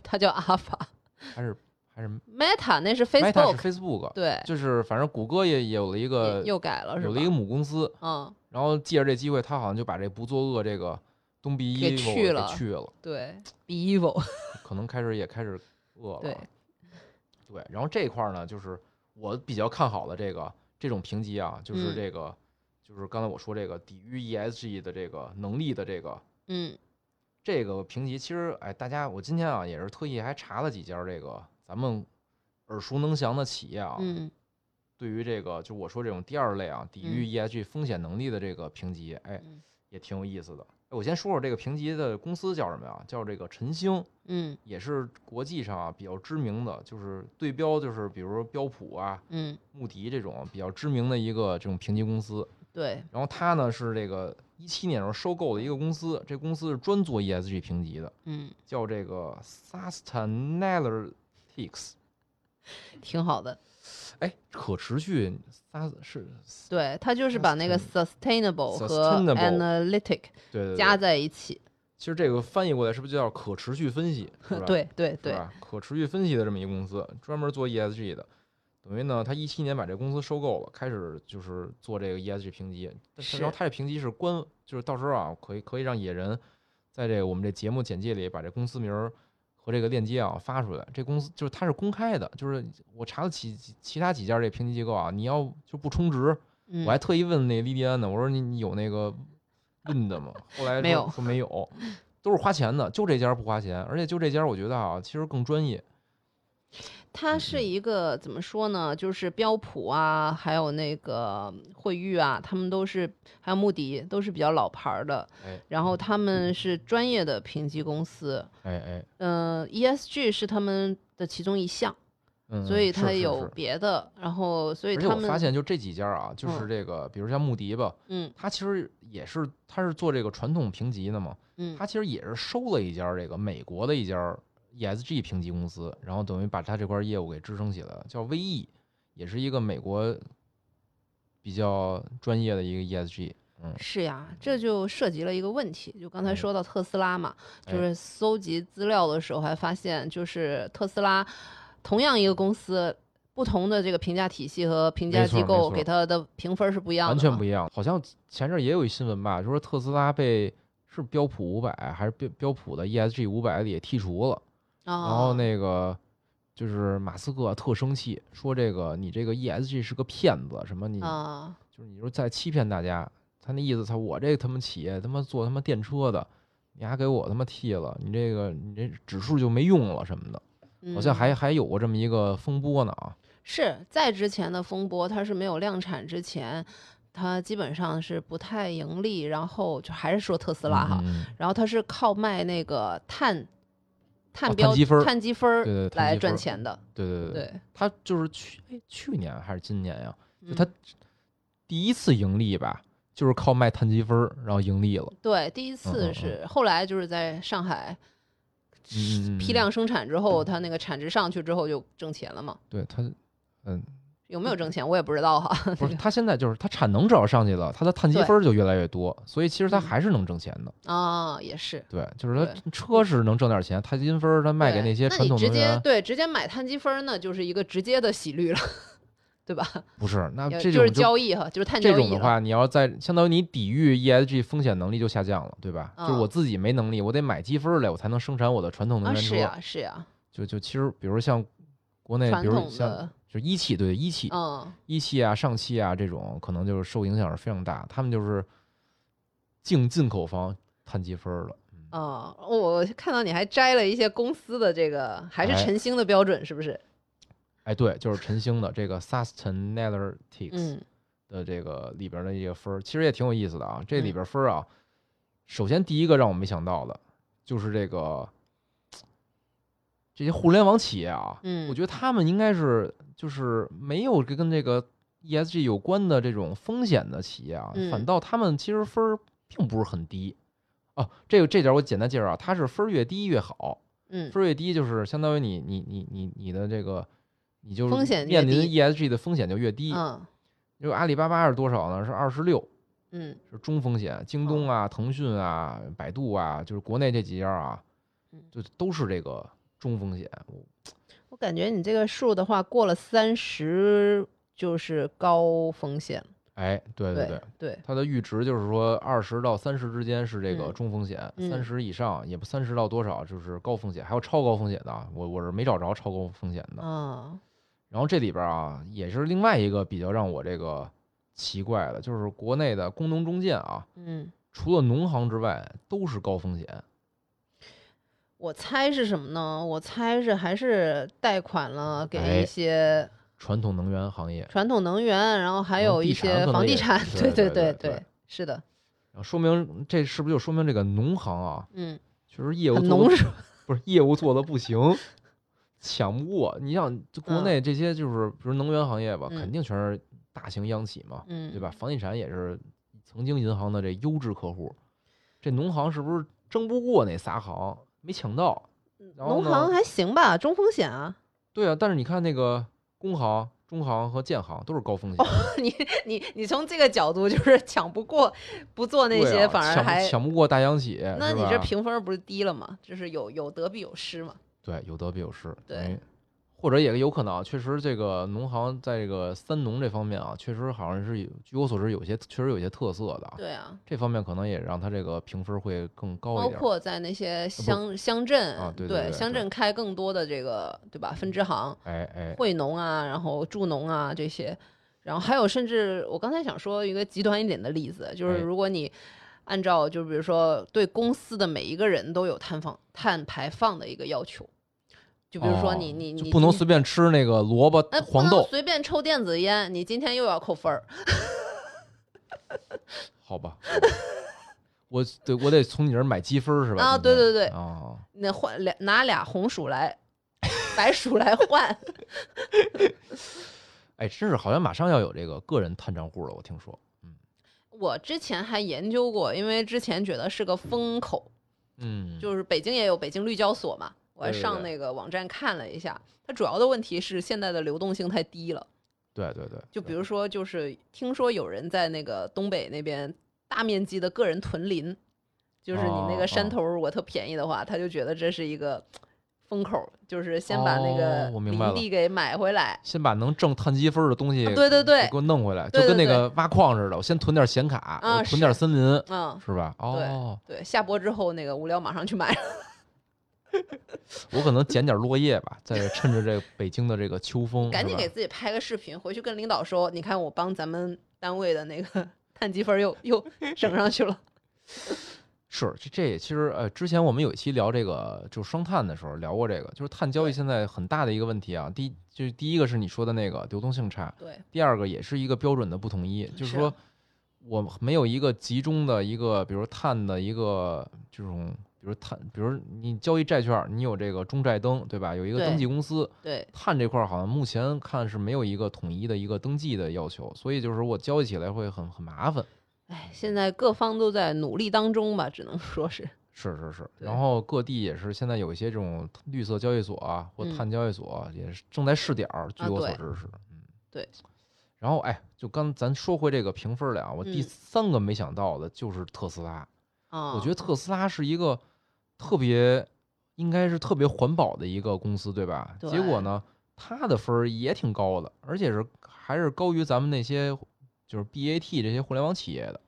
Speaker 2: 他叫阿尔法
Speaker 1: 还是还是
Speaker 2: Meta，那是
Speaker 1: Meta
Speaker 2: Facebook，
Speaker 1: 是 Facebook？
Speaker 2: 对，
Speaker 1: 就是反正谷歌也也有了一个
Speaker 2: 也又改了是
Speaker 1: 呃有
Speaker 2: 吧
Speaker 1: 了一？个母公司，
Speaker 2: 嗯，
Speaker 1: 然后借着这机会，他好像就把这不作恶这个东壁
Speaker 2: 给
Speaker 1: 一
Speaker 2: 去了
Speaker 1: 去了，
Speaker 2: 对，Be Evil，
Speaker 1: 可能开始也开始恶了。啊
Speaker 2: 对，
Speaker 1: 对，然后这一块儿呢，就是我比较看好的这个这种评级啊，就是
Speaker 2: 嗯
Speaker 1: 这个、就是刚才我说这个抵御 ESG 的这个能力的这个
Speaker 2: 嗯
Speaker 1: 这个评级，其实哎，大家我今天啊也是特意还查了几家这个咱们耳熟能详的企业啊，
Speaker 2: 嗯
Speaker 1: 对于这个就我说这种第二类啊抵御
Speaker 2: 嗯
Speaker 1: ESG 风险能力的这个评级，哎
Speaker 2: 嗯，
Speaker 1: 也挺有意思的。哎，我先说说这个评级的公司叫什么呀？叫这个晨星，
Speaker 2: 嗯
Speaker 1: 也是国际上啊比较知名的，就是对标就是比如说标普啊、
Speaker 2: 嗯，
Speaker 1: 穆迪这种比较知名的一个这种评级公司。
Speaker 2: 对，
Speaker 1: 然后它呢是这个一七年时候收购了一个公司，这公司是专做 ESG 评级的。
Speaker 2: 嗯，
Speaker 1: 叫这个 Sustainalytics，
Speaker 2: 挺好的。
Speaker 1: 哎，可持续撒是，
Speaker 2: 对，它就是把那个 sustainable 和
Speaker 1: sustainable
Speaker 2: analytic
Speaker 1: 对对
Speaker 2: 加
Speaker 1: 对，
Speaker 2: 在一起。
Speaker 1: 其实这个翻译过来是不是就叫可持续分析？是 吧
Speaker 2: 对对
Speaker 1: 是
Speaker 2: 对，
Speaker 1: 吧？可持续分析的这么一个公司，专门做 ESG 的。等于呢，他一七年把这公司收购了，开始就是做这个 ESG 评级。但
Speaker 2: 是
Speaker 1: 然后他这评级是官，就是到时候啊，可以可以让野人在这个我们这节目简介里把这公司名儿和这个链接啊发出来。这公司就是它是公开的，就是我查了其其其他几家这评级机构啊，你要就不充值，
Speaker 2: 嗯
Speaker 1: 我还特意问那莉莉安呢，我说你你有那个问的吗？后来说
Speaker 2: 没有
Speaker 1: 说没 有，都是花钱的，就这家不花钱，而且就这家我觉得啊，其实更专业。嗯
Speaker 2: 它是一个怎么说呢？就是标普啊，还有那个惠誉啊，他们都是，还有穆迪都是比较老牌儿的，
Speaker 1: 哎
Speaker 2: 然后他们是专业的评级公司。
Speaker 1: 哎哎，
Speaker 2: 嗯、e s g 是他们的其中一项，
Speaker 1: 嗯，
Speaker 2: 所以
Speaker 1: 是
Speaker 2: 它
Speaker 1: 是
Speaker 2: 有
Speaker 1: 是
Speaker 2: 别的，然后所以
Speaker 1: 而且
Speaker 2: 他
Speaker 1: 我
Speaker 2: 们
Speaker 1: 发现，就这几家啊，就是
Speaker 2: 嗯
Speaker 1: 这个，比如像穆迪吧，
Speaker 2: 嗯
Speaker 1: 它其实也是，它是做这个传统评级的嘛，
Speaker 2: 嗯
Speaker 1: 它其实也是收了一家这个美国的一家 ESG 评级公司，然后等于把它这块业务给支撑起来了，叫 VE，也是一个美国比较专业的一个 ESG。嗯，
Speaker 2: 是呀，这就涉及了一个问题，就刚才
Speaker 1: 哎
Speaker 2: 说到特斯拉嘛，就
Speaker 1: 哎
Speaker 2: 是搜集资料的时候还发现，就是特斯拉同样一个公司，不同的这个评价体系和评价
Speaker 1: 没错
Speaker 2: 机
Speaker 1: 没
Speaker 2: 构
Speaker 1: 错
Speaker 2: 给它的评分是不一样的
Speaker 1: 完
Speaker 2: 嘛，
Speaker 1: 全不一样。好像前阵儿也有一新闻吧，就说特斯拉被是标普五百还是标标普的 ESG 五百里剔除了，
Speaker 2: 啊。
Speaker 1: 然后那个。就是马斯克特生气，说这个你这个 ESG 是个骗子，什么你
Speaker 2: 啊，
Speaker 1: 就是你说在欺骗大家，他那意思，他我这他妈企业他妈做他妈电车的，你还给我他妈替了，你这个你这指数就没用了什么的，好像
Speaker 2: 嗯
Speaker 1: 还还有过这么一个风波呢啊。
Speaker 2: 是在之前的风波，它是没有量产之前，它基本上是不太盈利，然后就还是说特斯拉哈，
Speaker 1: 嗯，
Speaker 2: 然后它是靠卖那个碳碳
Speaker 1: 啊
Speaker 2: 标、
Speaker 1: 碳积分儿
Speaker 2: 碳积分
Speaker 1: 对
Speaker 2: 儿
Speaker 1: 对，碳
Speaker 2: 来
Speaker 1: 积
Speaker 2: 赚
Speaker 1: 分儿，
Speaker 2: 钱的，
Speaker 1: 对对对，
Speaker 2: 对，
Speaker 1: 他就是去哎去年还是今年呀，就
Speaker 2: 嗯
Speaker 1: 他第一次盈利吧，就是靠卖碳积分儿然后盈利了，
Speaker 2: 对第一
Speaker 1: 嗯嗯
Speaker 2: 次是，后来就是在上海
Speaker 1: 嗯嗯嗯嗯
Speaker 2: 批量生产之后，它那个产值上去之后就挣钱了嘛。
Speaker 1: 对 他。嗯，
Speaker 2: 有没有挣钱我也不知道哈。
Speaker 1: 不是，他现在就是他产能只要上去了，他的碳积
Speaker 2: 对
Speaker 1: 分儿就越来越多，所以其实他
Speaker 2: 嗯
Speaker 1: 还是能挣钱的。
Speaker 2: 啊，也是。
Speaker 1: 对，就是他
Speaker 2: 对
Speaker 1: 车是能挣点钱，碳积分儿他卖给
Speaker 2: 对
Speaker 1: 些传统
Speaker 2: 那你直
Speaker 1: 能
Speaker 2: 接
Speaker 1: 源，
Speaker 2: 对直接买碳积分儿呢，就是一个直接的洗绿了， 对吧？
Speaker 1: 不是那
Speaker 2: 也
Speaker 1: 啊这
Speaker 2: 就
Speaker 1: 种
Speaker 2: 是交易哈，就是碳
Speaker 1: 这
Speaker 2: 交
Speaker 1: 种
Speaker 2: 易
Speaker 1: 的
Speaker 2: 了。
Speaker 1: 话，你要在相当于你抵御 ESG 风险能力就下降了，对吧？就是我
Speaker 2: 嗯
Speaker 1: 自己没能力，我得买积分儿来，我才能生产我的传统能
Speaker 2: 啊，
Speaker 1: 源
Speaker 2: 是
Speaker 1: 车。
Speaker 2: 呀，是呀，
Speaker 1: 就就其实，比如像国内，
Speaker 2: 传
Speaker 1: 比如
Speaker 2: 统
Speaker 1: 像
Speaker 2: 的，
Speaker 1: 就一汽，对一汽、
Speaker 2: 嗯，
Speaker 1: 一汽啊、上汽啊这种，可能就是受影响是非常大。他们就是进进口方碳积分儿了，
Speaker 2: 啊、我看到你还摘了一些公司的这个，还是
Speaker 1: 哎
Speaker 2: 晨星的标准是不是？
Speaker 1: 哎，对，就是晨星的这个 Sustainalytics，
Speaker 2: 嗯
Speaker 1: 的这个里边儿的一个分儿，其实也挺有意思的啊。这里
Speaker 2: 嗯
Speaker 1: 边儿分儿啊，首先第一个让我没想到的就是这个这些互联网企业啊，
Speaker 2: 嗯，
Speaker 1: 我觉得他们应该是就是没有跟这个 ESG 有关的这种风险的企业啊，反
Speaker 2: 嗯
Speaker 1: 倒他们其实分儿并不是很低。哦，这个这点儿我简单介绍啊，它是分儿越低越好，
Speaker 2: 嗯
Speaker 1: 分儿越低就是相当于你你你你你的这个你就
Speaker 2: 风险越
Speaker 1: 面临
Speaker 2: 低
Speaker 1: ESG 的风险就越低。
Speaker 2: 嗯
Speaker 1: 因为阿里巴巴是多少呢？是二十六，
Speaker 2: 嗯
Speaker 1: 是中风险。京东
Speaker 2: 哦
Speaker 1: 啊、腾讯啊、百度啊，就是国内这几家啊
Speaker 2: 嗯，
Speaker 1: 就都是这个中风险。我
Speaker 2: 我感觉你这个数的话，过了三十就是高风险，
Speaker 1: 哎，对对
Speaker 2: 对，对
Speaker 1: 它的阈值就是说二十到三十之间是这个
Speaker 2: 嗯
Speaker 1: 中风险，
Speaker 2: 嗯
Speaker 1: 三十、以上也不三十到多少就是高风险，还有超高风险的啊，我我是没找着超高风险的。
Speaker 2: 啊，
Speaker 1: 然后这里边啊，也是另外一个比较让我这个奇怪的，就是国内的工农中建啊，
Speaker 2: 嗯，
Speaker 1: 除了农行之外都是高风险。
Speaker 2: 我猜是什么呢？我猜是还是贷款了给
Speaker 1: 哎
Speaker 2: 一些
Speaker 1: 传统能源行业，
Speaker 2: 传统能源，然后
Speaker 1: 房
Speaker 2: 还有一
Speaker 1: 地产
Speaker 2: 些
Speaker 1: 可
Speaker 2: 房
Speaker 1: 能
Speaker 2: 地
Speaker 1: 也
Speaker 2: 产，
Speaker 1: 是
Speaker 2: 对
Speaker 1: 对对
Speaker 2: 对
Speaker 1: 对
Speaker 2: 对，是的，
Speaker 1: 然后说明这是不是就说明这个农行啊，
Speaker 2: 嗯，
Speaker 1: 确实业务
Speaker 2: 很
Speaker 1: 做
Speaker 2: 浓
Speaker 1: 得
Speaker 2: 是吧？
Speaker 1: 不是业务做的不行，抢不过。你像这国
Speaker 2: 嗯
Speaker 1: 内这些就是，比如能源行业吧，
Speaker 2: 嗯
Speaker 1: 肯定全是大型央企嘛，
Speaker 2: 嗯，
Speaker 1: 对吧？房地产也是曾经银行的这优质客户，这农行是不是争不过那仨行，没抢到？然后
Speaker 2: 嗯农
Speaker 1: 呢
Speaker 2: 行还行吧，中风险啊。
Speaker 1: 对啊，但是你看那个工行、中行和建行都是高
Speaker 2: 哦
Speaker 1: 风险，
Speaker 2: 你你你从这个角度就是 抢不过，不做那
Speaker 1: 对
Speaker 2: 些
Speaker 1: 啊
Speaker 2: 反而
Speaker 1: 抢
Speaker 2: 还，
Speaker 1: 抢不过大央企。
Speaker 2: 那
Speaker 1: 是
Speaker 2: 你这
Speaker 1: 吧
Speaker 2: 评分不是低了吗？就是有有得必有失嘛。
Speaker 1: 对，有得必有失。
Speaker 2: 对
Speaker 1: 哎，或者也有可能啊，确实这个农行在这个三农这方面啊，确实好像是有，据我所知有些确实有些特色的啊。
Speaker 2: 对啊，
Speaker 1: 这方面可能也让它这个评分会更高一
Speaker 2: 包
Speaker 1: 点。
Speaker 2: 括在那些乡乡镇
Speaker 1: 啊对对对对
Speaker 2: 乡镇开更多的这个对吧分支行，
Speaker 1: 哎哎，
Speaker 2: 惠农啊，然后助农啊这些，然后还有甚至我刚才想说一个极端一点的例子，就
Speaker 1: 哎
Speaker 2: 是如果你按照就比如说对公司的每一个人都有碳放碳排放的一个要求，就比如说
Speaker 1: 哦
Speaker 2: 你、你
Speaker 1: 就
Speaker 2: 你
Speaker 1: 不能
Speaker 2: 今
Speaker 1: 随便吃那个萝卜、
Speaker 2: 哎，不
Speaker 1: 黄
Speaker 2: 能
Speaker 1: 豆，
Speaker 2: 随便抽电子烟，你今天又要扣分儿。
Speaker 1: 好吧？ 好吧我对我得从你这儿买积分儿是吧？
Speaker 2: 啊
Speaker 1: 今天
Speaker 2: 对对对
Speaker 1: 啊，
Speaker 2: 那换俩拿俩红薯来， 白薯来换。
Speaker 1: 哎，真是好像马上要有这个个人碳账户了，我听说。
Speaker 2: 我之前还研究过，因为之前觉得是个风口，
Speaker 1: 嗯，
Speaker 2: 就是北京也有北京绿交所嘛，我还
Speaker 1: 对对
Speaker 2: 上
Speaker 1: 对
Speaker 2: 那个网站看了一下，它主要的问题是现在的流动性太低了。
Speaker 1: 对对对，
Speaker 2: 就比
Speaker 1: 对
Speaker 2: 如说，就是听说有人在那个东北那边大面积的个人屯林，就是你那
Speaker 1: 哦
Speaker 2: 个山
Speaker 1: 哦
Speaker 2: 头如果特便宜的话，他就觉得这是一个风口，就是先把那
Speaker 1: 哦
Speaker 2: 个
Speaker 1: 我明白
Speaker 2: 林地给买回来。
Speaker 1: 先把能挣碳积分的东西
Speaker 2: 啊对对对
Speaker 1: 给，我弄回来，
Speaker 2: 对
Speaker 1: 就跟那
Speaker 2: 对
Speaker 1: 个挖矿似的，我先囤点显卡，
Speaker 2: 啊
Speaker 1: 我
Speaker 2: 是
Speaker 1: 囤点森林，
Speaker 2: 嗯，
Speaker 1: 是吧？哦，
Speaker 2: 对，下播之后那个无聊马上去买。
Speaker 1: 我可能捡点落叶吧，再趁着这个北京的这个秋风，
Speaker 2: 赶紧
Speaker 1: 是吧
Speaker 2: 给自己拍个视频，回去跟领导说，你看我帮咱们单位的那个 碳积分又 又整上去了。
Speaker 1: 是，这这也其实呃，之前我们有一期聊这个就双碳的时候聊过这个，就是碳交易现在很大的一个问题啊。第一就是第一个是你说的那个流动性差，
Speaker 2: 对，
Speaker 1: 第二个也是一个标准的不统一，就是
Speaker 2: 是
Speaker 1: 说我没有一个集中的一个，比如碳的一个这种，比如碳，比如你交易债券，你有这个中债登，对吧？有一个登
Speaker 2: 对
Speaker 1: 记公司，
Speaker 2: 对，
Speaker 1: 碳这块儿好像目前看是没有一个统一的一个登记的要求，所以就是我交易起来会很很麻烦。
Speaker 2: 哎，现在各方都在努力当中吧，只能说是
Speaker 1: 是是是，
Speaker 2: 对
Speaker 1: 然后各地也是现在有一些这种绿色交易所啊，或
Speaker 2: 嗯
Speaker 1: 碳交易所啊、也是正在试点儿，据
Speaker 2: 啊
Speaker 1: 我所
Speaker 2: 对
Speaker 1: 知是，嗯，
Speaker 2: 对。
Speaker 1: 然后哎，就刚咱说回这个评分儿来啊，我第
Speaker 2: 嗯
Speaker 1: 三个没想到的就是特斯拉，
Speaker 2: 啊。
Speaker 1: 我觉得特斯拉是一个特别应该是特别环保的一个公司，对吧？结果
Speaker 2: 对
Speaker 1: 呢，它的分儿也挺高的，而且是还是高于咱们那些就是 BAT 这些互联网企业的。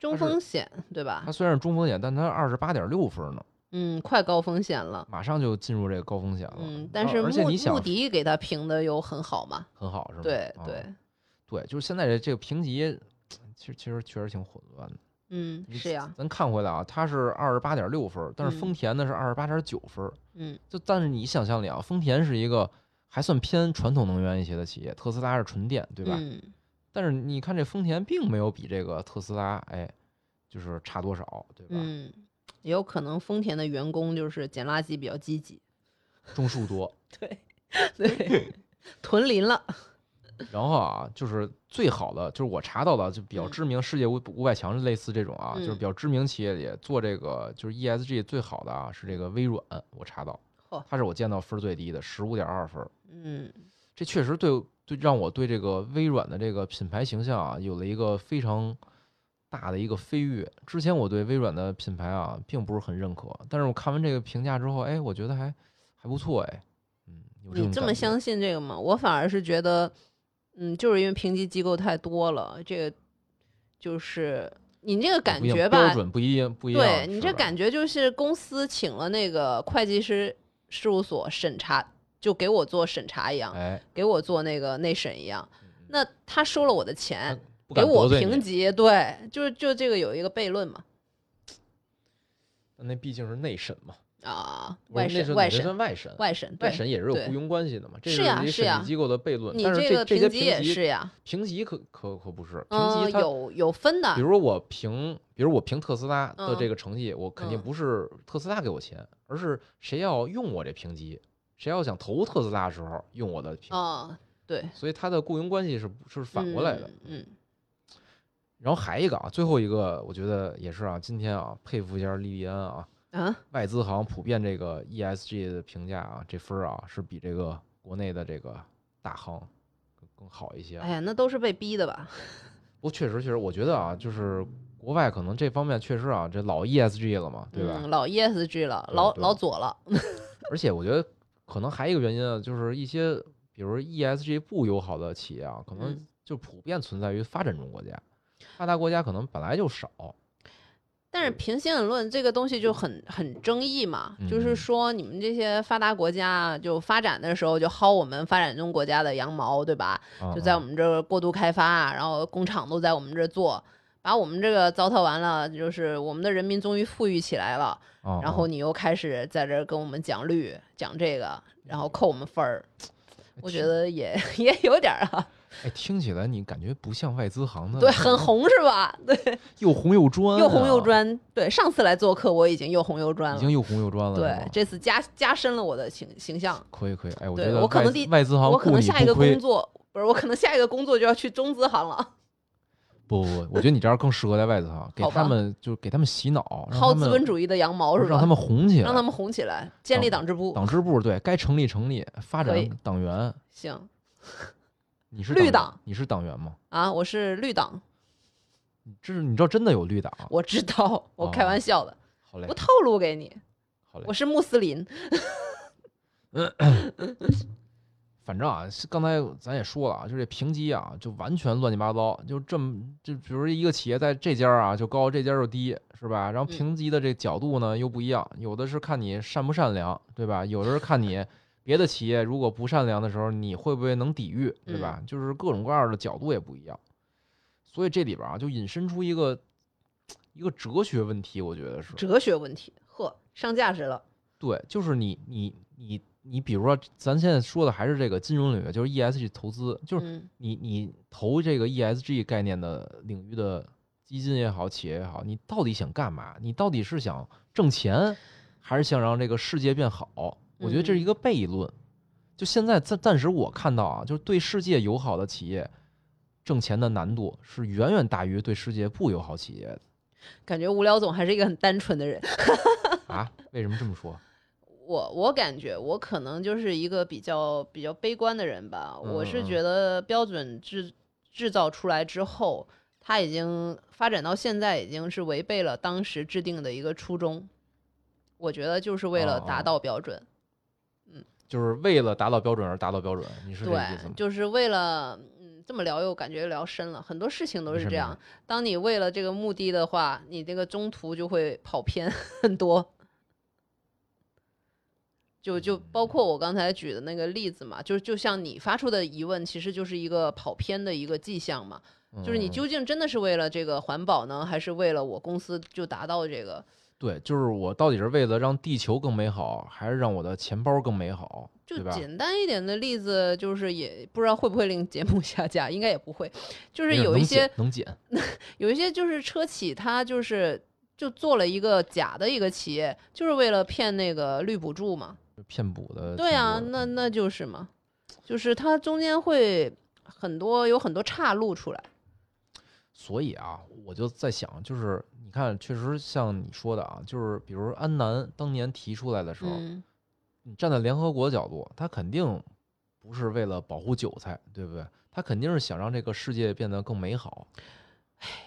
Speaker 2: 中
Speaker 1: 它是
Speaker 2: 风险对吧
Speaker 1: 它？虽然是中风险，但它二十八点六分呢。
Speaker 2: 嗯，快高风险了。
Speaker 1: 马上就进入这个高风险了。
Speaker 2: 嗯，但
Speaker 1: 啊
Speaker 2: 是
Speaker 1: 而且
Speaker 2: 穆
Speaker 1: 你想
Speaker 2: 穆迪给他评的又很好嘛，
Speaker 1: 很好是吧？
Speaker 2: 对
Speaker 1: 啊
Speaker 2: 对，
Speaker 1: 对，就是现在这这个评级，其实其实确实挺混乱的。
Speaker 2: 嗯，
Speaker 1: 你
Speaker 2: 是呀，
Speaker 1: 咱看回来啊，它是二十八点六分，但是
Speaker 2: 嗯
Speaker 1: 丰田呢是二十八点九分。
Speaker 2: 嗯，
Speaker 1: 就但是你想象力啊，丰田是一个还算偏传统能源一些的企业，特斯拉是纯电，对吧？
Speaker 2: 嗯，
Speaker 1: 但是你看这丰田并没有比这个特斯拉，哎，就是差多少，对吧？
Speaker 2: 嗯，也有可能丰田的员工就是捡垃圾比较积极，
Speaker 1: 种树多。
Speaker 2: 对 对，屯林了，
Speaker 1: 然后啊，就是最好的，就是我查到的，就比较
Speaker 2: 嗯
Speaker 1: 知名世界五五百强类似这种啊，就是
Speaker 2: 嗯
Speaker 1: 比较知名企业里做这个就是 ESG 最好的啊，是这个微软，我查到
Speaker 2: 嚯，
Speaker 1: 它是我见到分儿最低的，十五点二分儿。
Speaker 2: 嗯
Speaker 1: 这确实对对让我对这个微软的这个品牌形象啊，有了一个非常大的一个飞跃。之前我对微软的品牌啊，并不是很认可，但是我看完这个评价之后，哎，我觉得还还不错，哎，嗯，有这
Speaker 2: 你
Speaker 1: 种
Speaker 2: 这么
Speaker 1: 感觉
Speaker 2: 相信这个吗？我反而是觉得，嗯，就是因为评级机构太多了，这个就是你这个感
Speaker 1: 啊不一样
Speaker 2: 觉
Speaker 1: 标
Speaker 2: 吧，
Speaker 1: 准不一样，不一样，
Speaker 2: 对你
Speaker 1: 是
Speaker 2: 这
Speaker 1: 吧
Speaker 2: 感觉就是公司请了那个会计师事务所审查，就给我做审查一样，
Speaker 1: 哎，嗯
Speaker 2: 给我做那个内审一样。那他收了我的钱，
Speaker 1: 不
Speaker 2: 给
Speaker 1: 敢
Speaker 2: 我
Speaker 1: 得罪
Speaker 2: 评
Speaker 1: 你
Speaker 2: 级，对，就是就这个有一个悖论嘛，
Speaker 1: 那毕竟是内审嘛，
Speaker 2: 啊，
Speaker 1: 不是
Speaker 2: 外
Speaker 1: 内审
Speaker 2: 审外
Speaker 1: 哪个
Speaker 2: 审
Speaker 1: 算外审，
Speaker 2: 外审
Speaker 1: 外
Speaker 2: 对，
Speaker 1: 审也是有
Speaker 2: 对
Speaker 1: 雇佣关系的嘛，这
Speaker 2: 是
Speaker 1: 是
Speaker 2: 呀
Speaker 1: 一
Speaker 2: 是
Speaker 1: 审
Speaker 2: 呀
Speaker 1: 计机构的悖论。
Speaker 2: 你
Speaker 1: 但是
Speaker 2: 个
Speaker 1: 这
Speaker 2: 评
Speaker 1: 些
Speaker 2: 级也
Speaker 1: 评级
Speaker 2: 是呀，
Speaker 1: 评级可可可不是，评
Speaker 2: 嗯，
Speaker 1: 级它
Speaker 2: 有有分的
Speaker 1: 比，如我评，比如我评特斯拉的这
Speaker 2: 啊嗯
Speaker 1: 个成绩，我肯定
Speaker 2: 嗯
Speaker 1: 不是特斯拉给我钱，而是谁要用我这评级，谁要想投特斯拉的时候用我的评，
Speaker 2: 嗯，对，
Speaker 1: 所以它的雇佣关系是是反过来的。
Speaker 2: 嗯，
Speaker 1: 然后还一个啊，最后一个我觉得也是啊，今天啊佩服一下莉莉安啊，
Speaker 2: 嗯啊，
Speaker 1: 外资行普遍这个 ESG 的评价啊，这分儿啊是比这个国内的这个大行更更好一些啊。
Speaker 2: 哎呀，那都是被逼的吧？
Speaker 1: 不过确实确实，我觉得啊，就是国外可能这方面确实啊，这老 ESG 了嘛，对吧？
Speaker 2: 嗯，老 ESG 了，
Speaker 1: 对啊
Speaker 2: 老
Speaker 1: 对
Speaker 2: 老左了，
Speaker 1: 而且我觉得可能还有一个原因啊，就是一些比如 ESG 不友好的企业啊，可能
Speaker 2: 嗯
Speaker 1: 就普遍存在于发展中国家，发达国家可能本来就少。
Speaker 2: 但是平心而论，这个东西就很很争议嘛，就是
Speaker 1: 嗯
Speaker 2: 说你们这些发达国家啊就发展的时候就薅我们发展中国家的羊毛，对吧？
Speaker 1: 啊
Speaker 2: 就在
Speaker 1: 啊
Speaker 2: 我们这儿过度开发，啊然后工厂都在我们这儿做，把我们这个糟蹋完了，就是我们的人民终于富裕起来了，
Speaker 1: 啊
Speaker 2: 然后你又开始在这儿跟我们讲绿，讲这个，然后扣我们分儿，
Speaker 1: 哎
Speaker 2: 我
Speaker 1: 听
Speaker 2: 觉得也 也有点儿啊，
Speaker 1: 哎，听起来你感觉不像外资行的，
Speaker 2: 对，很，红是吧？对，
Speaker 1: 又红又专、啊
Speaker 2: 又红又，专。对，上次来做客我已经又红又
Speaker 1: 嗯哦
Speaker 2: 专
Speaker 1: 已
Speaker 2: 了，
Speaker 1: 经又红又专了，是
Speaker 2: 对
Speaker 1: 吗，
Speaker 2: 这次加加深了我的形形象。
Speaker 1: 可以可以，哎，我觉
Speaker 2: 对
Speaker 1: 得
Speaker 2: 我可能
Speaker 1: 外
Speaker 2: 第
Speaker 1: 外资行
Speaker 2: 我可
Speaker 1: 雇
Speaker 2: 能
Speaker 1: 你
Speaker 2: 下一个
Speaker 1: 不亏
Speaker 2: 工，作不是，我可能下一个工作就要去中资行了，
Speaker 1: 不不，不我觉得你这样更适合在外资行，给
Speaker 2: 好
Speaker 1: 他
Speaker 2: 吧
Speaker 1: 们就是给他们洗脑，让
Speaker 2: 薅
Speaker 1: 他
Speaker 2: 资
Speaker 1: 们
Speaker 2: 本主义的羊毛是吧？
Speaker 1: 让他们红起来，
Speaker 2: 让他们红起来，建立党支部。
Speaker 1: 党支部对该成立成立，发
Speaker 2: 可
Speaker 1: 展
Speaker 2: 以
Speaker 1: 党员。
Speaker 2: 行
Speaker 1: 你是
Speaker 2: 绿
Speaker 1: 员
Speaker 2: 党，
Speaker 1: 你是党员吗？
Speaker 2: 啊，我是绿党，
Speaker 1: 这是你知道真的有绿党？啊
Speaker 2: 我知
Speaker 1: 哦
Speaker 2: 道，我开玩笑的，
Speaker 1: 好嘞
Speaker 2: 不，透露给你，
Speaker 1: 好嘞
Speaker 2: 我，是穆斯林。
Speaker 1: 反正啊，是刚才咱也说了啊，就这评级啊，就完全乱七八糟，就这么就比如一个企业在这家啊就高，这家就低，是吧？然后
Speaker 2: 嗯
Speaker 1: 评级的这角度呢又不一样，有的是看你善不善良，对吧？有的是看 你别的企业如果不善良的时候，你会不会能抵御，对吧？
Speaker 2: 嗯
Speaker 1: 就是各种各样的角度也不一样，所以这里边啊就引申出一个一个哲学问题，我觉得是
Speaker 2: 哲学问题，呵，上价值了。
Speaker 1: 对，就是你你你你，比如说咱现在说的还是这个金融领域，就是 ESG 投资，就是
Speaker 2: 嗯
Speaker 1: 你你投这个 ESG 概念的领域的基金也好，企业也好，你到底想干嘛？你到底是想挣钱，还是想让这个世界变好？我觉得这是一个悖论。就现在暂暂时我看到啊，就是对世界友好的企业挣钱的难度是远远大于对世界不友好企业的
Speaker 2: 感觉无聊总还是一个很单纯的人。
Speaker 1: 啊？为什么这么说？
Speaker 2: 我我感觉我可能就是一个比较比较悲观的人吧。
Speaker 1: 嗯
Speaker 2: 我是
Speaker 1: 嗯
Speaker 2: 觉得标准制制造出来之后，它已经发展到现在，已经是违背了当时制定的一个初衷。我觉得就是为了
Speaker 1: 哦
Speaker 2: 达到标准，
Speaker 1: 就是为了达到标准而达到标准，你是这个意思
Speaker 2: 对，
Speaker 1: 吗？
Speaker 2: 就是为了嗯，这么聊又感觉聊深了，很多事情都
Speaker 1: 没
Speaker 2: 是
Speaker 1: 事
Speaker 2: 这
Speaker 1: 没
Speaker 2: 样
Speaker 1: 事。
Speaker 2: 当你为了这个目的的话，你这个中途就会跑偏很多。就就包括我刚才举的那个例子嘛，就就像你发出的疑问，其实就是一个跑偏的一个迹象嘛。就是你
Speaker 1: 嗯
Speaker 2: 究竟真的是为了这个环保呢，还是为了我公司就达到这个？
Speaker 1: 对，就是我到底是为了让地球更美好，还是让我的钱包更美好，
Speaker 2: 就
Speaker 1: 对吧？
Speaker 2: 简单一点的例子，就是也不知道会不会令节目 下架，应该也不会。就是有一些
Speaker 1: 能减，
Speaker 2: 有一些就是车企，它就是就做了一个假的一个企业，就是为了骗那个绿补助嘛。
Speaker 1: 能减骗补的挺多的。
Speaker 2: 对啊，那那就是嘛，就是它中间会很多有很多岔路出来。
Speaker 1: 所以啊，我就在想，就是你看，确实像你说的啊，就是比如安南当年提出来的时候，
Speaker 2: 嗯，
Speaker 1: 你站在联合国的角度，他肯定不是为了保护韭菜，对不对？他肯定是想让这个世界变得更美好，